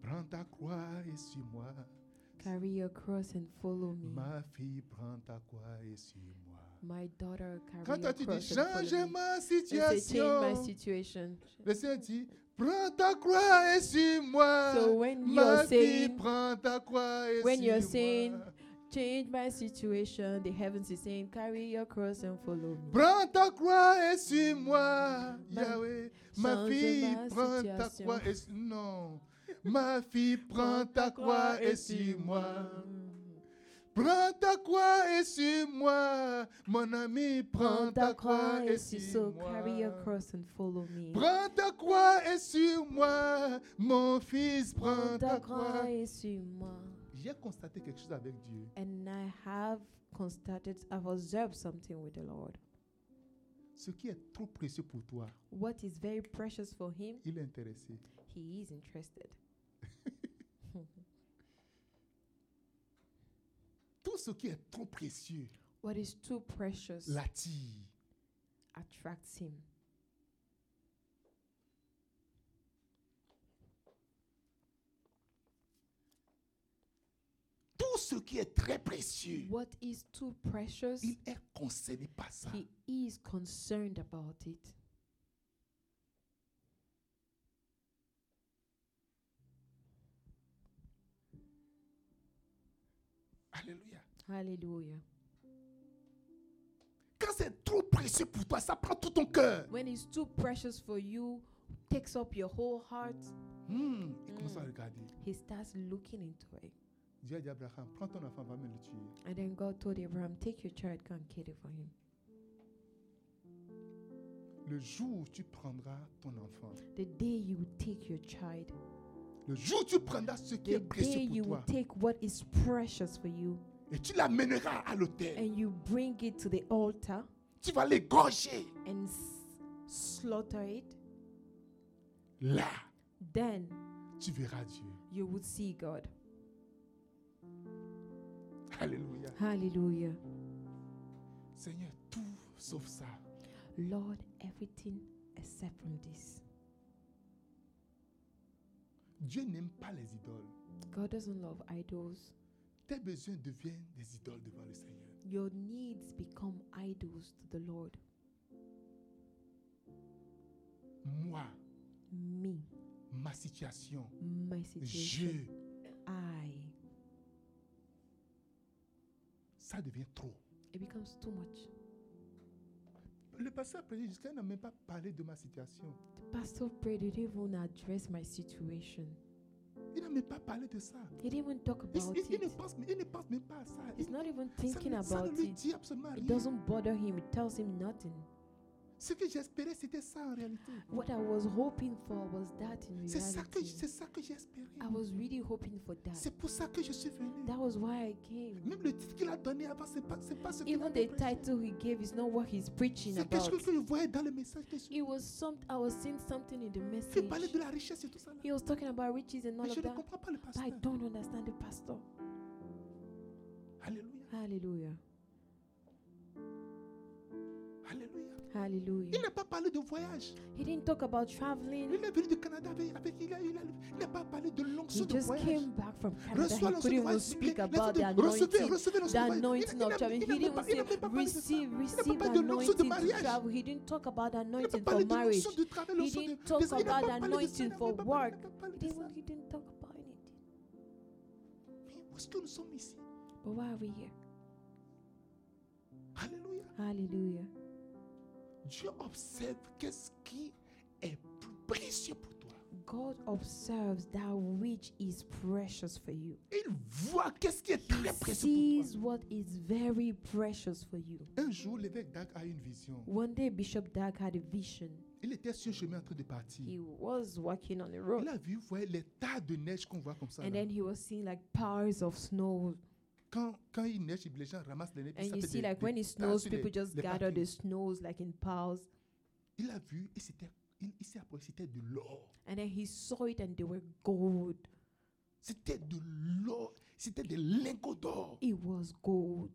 Prends ta croix et suis-moi. Carry your cross and follow me. Ma fille, prends ta croix et suis-moi. My daughter, Quand carry toi, your tu dis, cross and follow change me. ma And say, change my situation. situation. Le Seigneur dit, prends ta croix et suis-moi. So when Ma you're fille, saying, prends ta croix et when you're saying, suis-moi. change my situation, the heavens is saying, carry your cross and follow me. Prends ta croix et suis-moi, Ma- Yahweh. Ma change fille, ma prends ta situation. croix et suis- non. Ma fille, prends ta croix et suis-moi. Prends ta croix et suis-moi, mon ami. Prends ta croix et so carry your suis-moi. cross and follow me. Prends ta croix et suis-moi, mon fils. Prends ta croix. et suis-moi. J'ai constaté quelque chose avec Dieu. And I have constated, I've observed something with the Lord. Ce qui est trop précieux pour toi, What is very precious for Him, il est intéressé. He is interested. Tout ce qui est trop précieux What is too precious l'attire. attracts Him. Tout ce qui est très précieux, What is too precious, il est concerné par ça. He is concerned about it. Alléluia. Hallelujah. Quand c'est trop précieux pour toi, ça prend tout ton cœur. When it's too precious for you, takes up your whole heart, Hmm, Il commence à Mm. regarder. He starts looking into it. Dieu a dit à Abraham, prends ton enfant, va me le tuer. And then God told Abraham, Take your child, go and kill it for him. Le jour où tu prendras ton enfant, The day you will take your child, le jour où tu prendras ce qui the est day précieux you pour will toi, take what is precious for you, et tu l'amèneras à l'autel, and you bring it to the altar tu vas l'égorger. and s- slaughter it, Là, then tu verras Dieu. you would see God. Alléluia. Hallelujah. Seigneur, tout sauf ça. Lord, everything except from this. Dieu n'aime pas les idoles. God doesn't love idols. Tes besoins deviennent des idoles devant le Seigneur. Your needs become idols to the Lord. Moi, Me, ma situation, my je, situation, I. ça devient trop. It becomes too much. Le pasteur prédit jusqu'à n'a même pas parlé de ma situation. The pastor prayed, he didn't even address my situation. Il n'a même pas parlé de ça. He didn't even talk Il, about il- il ne it. pense, il ne pense même pas à ça. He's not even Il- thinking ça, ne- ça about ne lui it. dit absolument It rien. doesn't bother him, it tells him nothing. Ce que j'espérais, c'était ça en réalité. What I was hoping for was that in C'est ça que, reality. c'est ça que j'espérais. I was really hoping for that. C'est pour ça que je suis venu. That was why I came. Même le titre qu'il a donné avant, c'est pas, c'est pas ce qu'il a Even the prêché. title he gave is not what he's preaching C'est quelque about. chose que je voyais dans le message que je It was some I was seeing something in the Il parlait de message. la richesse et tout ça. Là. He was talking about riches and all Mais of je ne that. comprends pas le But pasteur. I don't understand the pastor. Alléluia. Hallelujah. Alléluia. Il Hallelujah. n'a pas parlé de voyage. He didn't talk about traveling. Il est venu du Canada avec, avec il, a, il, a- il n'a pas parlé de He l'onction de just voyage. came back from Canada. He Reçois couldn't l'onction de even voyage. speak Les- les about the autres, Recevez, anointing. recevez the l'onction de voyage. Il anointing n'a- of traveling. il He n'a- il n'a didn't pas- il n'a même pas even parlé de say, ça. receive, receive parlé de l'onction de anointing to mariage. travel. He didn't talk about Il n'a pas anointing for parlé de marriage. l'onction du travail, He l'onction de didn't de ça. talk Il n'a about pas parlé de ça. Il anointing n'a for même pas parlé- work. il n'a pas parlé He de ça. didn't, he didn't talk about anything. Mais où est-ce que nous sommes ici But why are we here? Alléluia. Hallelujah. Dieu observe qu'est-ce qui est plus précieux pour toi. God observes that which is precious for you. Il voit qu'est-ce qui est He très précieux pour sees what is very precious for you. toi. Un jour, l'évêque Dag a une vision. One day, Bishop Dag had a vision. Il était sur le chemin en train de partir. He was walking on the Il road, a vu, vous voyez, les tas de neige qu'on voit comme ça. and là. then he was seeing like piles of snow. Quand, quand il neige, les gens ramassent les neiges. puis And ça you fait see, des- like when des it tas snows, sur les- people just les gather the parkings. snows like in piles. Il a vu et c'était, il, il s'est approché, c'était de l'or. And then he saw it, and they were gold. C'était de l'or. C'était des lingots d'or. It was gold.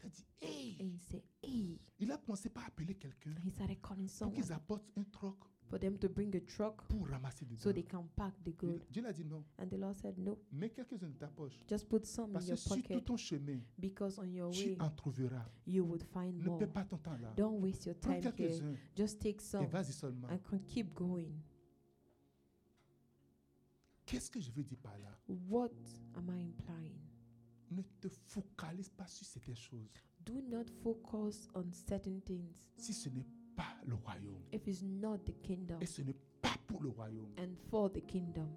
Il a dit, Hey! And he said, "Hey!" Il a commencé par appeler quelqu'un And he started calling pour someone qu'ils apportent un troc for them to bring a truck pour ramasser du so gold. they can pack the gold. Dieu l'a dit non, And the Lord said, "No, mets quelques-uns de ta poche. just put some in Parce que your sur tout pocket ton chemin, because on your tu way en trouveras. you would find Ne more. perds pas ton temps là. Don't waste your Prends time here. quelques-uns Just take et some vas-y seulement. and can keep going. Qu'est-ce que je veux dire par là What am I implying? Ne te focalise pas sur certaines choses Do not focus on certain things si ce n'est pas le royaume. if it's not the kingdom Et ce n'est pas pour le royaume. and for the kingdom.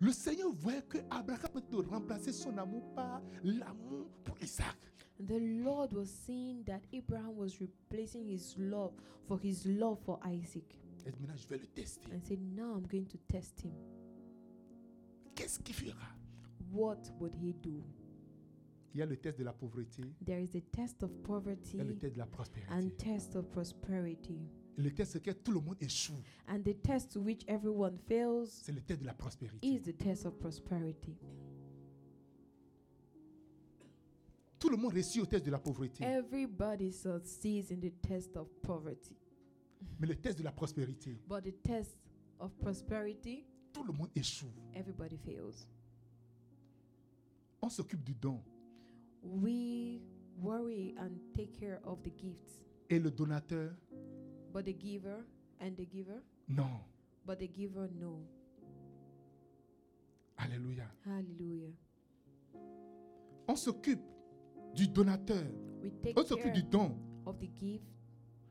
Le Seigneur voyait que Abraham peut remplacer son amour par l'amour pour Isaac. The Lord was seeing that Abraham was replacing his love for his love for Isaac Et maintenant, je vais le tester. and said, Now I'm going to test him. Qu'est-ce qu'il fera What would he do? Il y a le test de la pauvreté, There is a test of il y poverty a le test de la prospérité. and test of prosperity. Le test c'est que tout le monde échoue, And the test to which everyone fails c'est le test de la prospérité. is the test of prosperity. Tout le monde réussit au test de la Eh. pauvreté, Everybody succeeds in the test of poverty, mais le test de la prospérité, but the test of prosperity, tout le monde échoue. everybody fails. On s'occupe du don We worry and take care of the gifts, et le donateur, but the giver and the giver, non. but the giver, no. Alléluia. Hallelujah. On s'occupe du donateur, We take on s'occupe care du don, of the gift,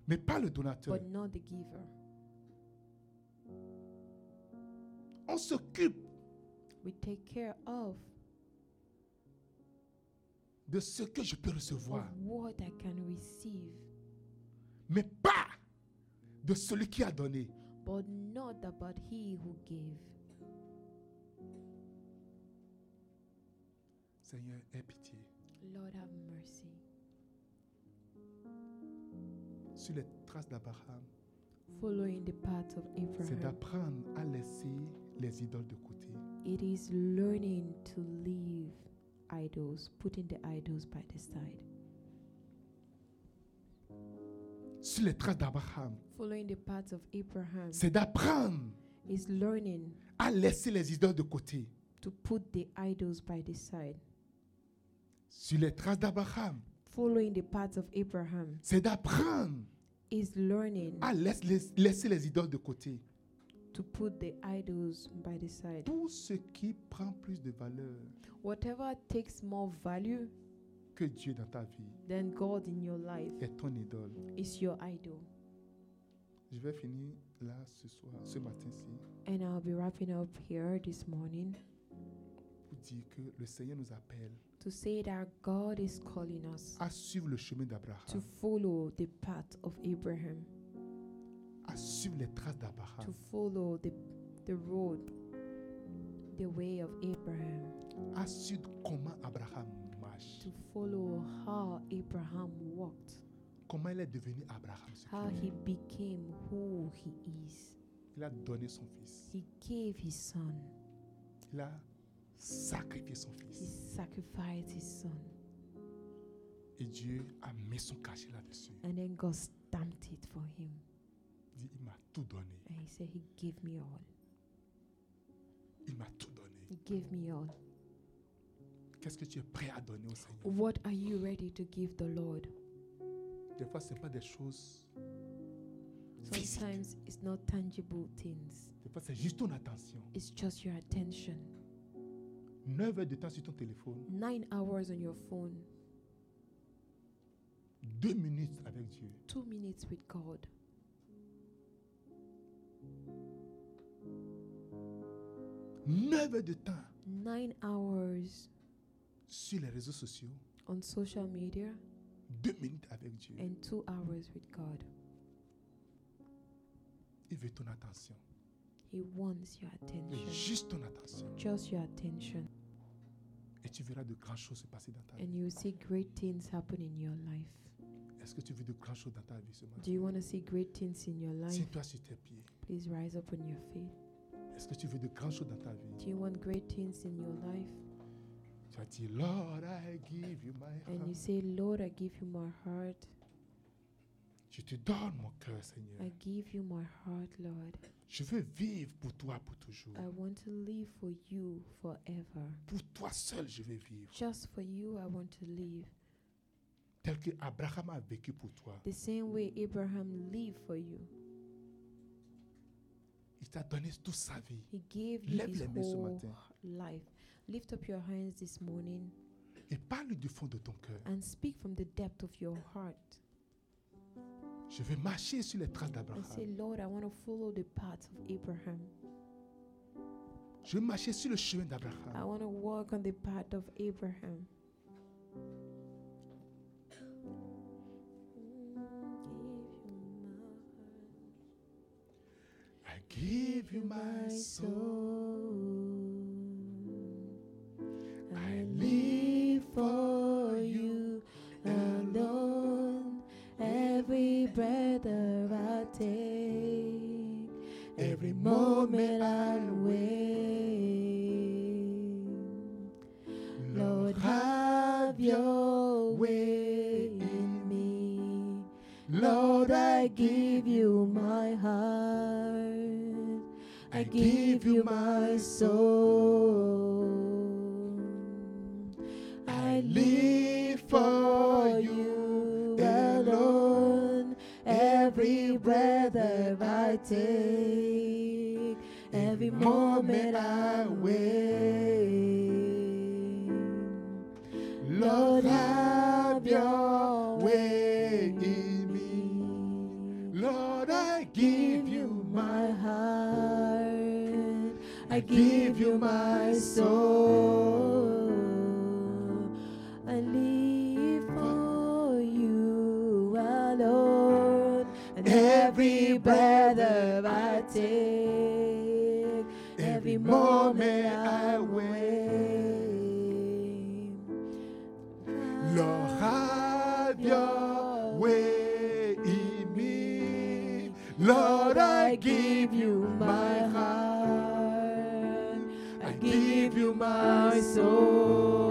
mais pas le donateur. but not the giver. On s'occupe We take care of, de ce que je peux of recevoir, what I can receive, mais pas de celui qui a donné. but not about he who gave. Seigneur, aie pitié Lord have mercy. sur les traces d'Abraham. Following the path of C'est Abraham d'apprendre à laisser les idoles de côté It is learning to leave idols, putting the idols by the side, sur les traces d'Abraham, following the path of Abraham. c'est d'apprendre Is learning à laisser les idoles de côté. to put the idols by the side, Sur les traces d'Abraham, following the path of Abraham. c'est d'apprendre Is learning à laisse- laisse- laisser les idoles de côté. to put the idols by the side. Tout ce qui prend plus de valeur Whatever takes more value que Dieu dans ta vie than God in your life est ton idole. is your idol. Je vais finir là ce soir, ce matin-ci, And I'll be wrapping up here this morning pour dire que le Seigneur nous appelle to say that God is calling us à suivre le chemin to d'Abraham, follow the path of Abraham, à suivre les traces to d'Abraham, follow the, the road, the way of Abraham, à suivre comment Abraham marche, to follow how Abraham walked, comment il est devenu Abraham. ce how qu'il est. he became who he is. Il a donné son fils, He gave his son, il a sacrifié son he fils, sacrificed his son, et Dieu a mis son cachet là-dessus. and then God stamped it for him. Il dit, il m'a tout donné, And he said, He gave me all. il m'a tout donné. He gave me all. Qu'est-ce que tu es prêt à donner au Seigneur? What are you ready to give the Lord? Des fois, ce n'est pas des choses physiques. Sometimes it's not tangible things, Des fois, c'est juste ton attention. it's just your attention. 9 heures de temps sur ton téléphone, Nine hours on your phone, 2 minutes avec Dieu. two minutes with God. Neuf heures de temps Nine hours sur les réseaux sociaux, on social media, deux minutes avec Dieu. and two hours with God. Il veut ton attention. He wants your Il veut attention, juste ton attention. just your attention, Et tu verras de grandes choses se passer dans ta and vie. you'll see great things happen in your life. Est-ce que tu veux de grandes choses dans ta vie ce matin? Do you want to see great things in your life? Tiens-toi sur tes pieds. Please rise up on your feet. Est-ce que tu veux de grandes choses dans ta vie? Do you want great things in your life? Tu vas dire, Lord, I give you my And you heart. say, Lord, I give you my heart. Je te donne mon cœur, Seigneur. I give you my heart, Lord. Je veux vivre pour toi pour toujours. I want to live for you forever. Pour toi seul, je veux vivre. Just for you, I want to live. Tel que Abraham a vécu pour toi. The same way Abraham lived for you. Il t'a donné toute sa vie. He gave you Lève his les mains ce whole matin life. Lift up your hands this morning et parle du fond de ton cœur. and speak from the depth of your heart. Je veux marcher sur les traces And say, d'Abraham. Lord, I want to follow the path of Abraham. Je veux marcher sur le chemin I d'Abraham. want to walk on the path of Abraham. I give you my soul. I live for you alone. Every breath that I take, every moment I wait. Lord, have your way in me. Lord, I give you my heart. I give you my soul. I live for you alone. Every breath that I take, every moment I wait. Lord, have your way in me. me. Lord, I give you my my heart. I I give give you you my my soul. I live for you alone. And every breath that I take, every moment I wait. Lord, have your way in me. Lord, I give you my heart. I give you my soul.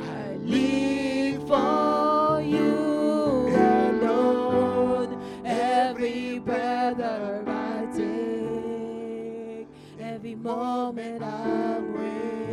I live for you alone. Every breath I take, every moment I'm with.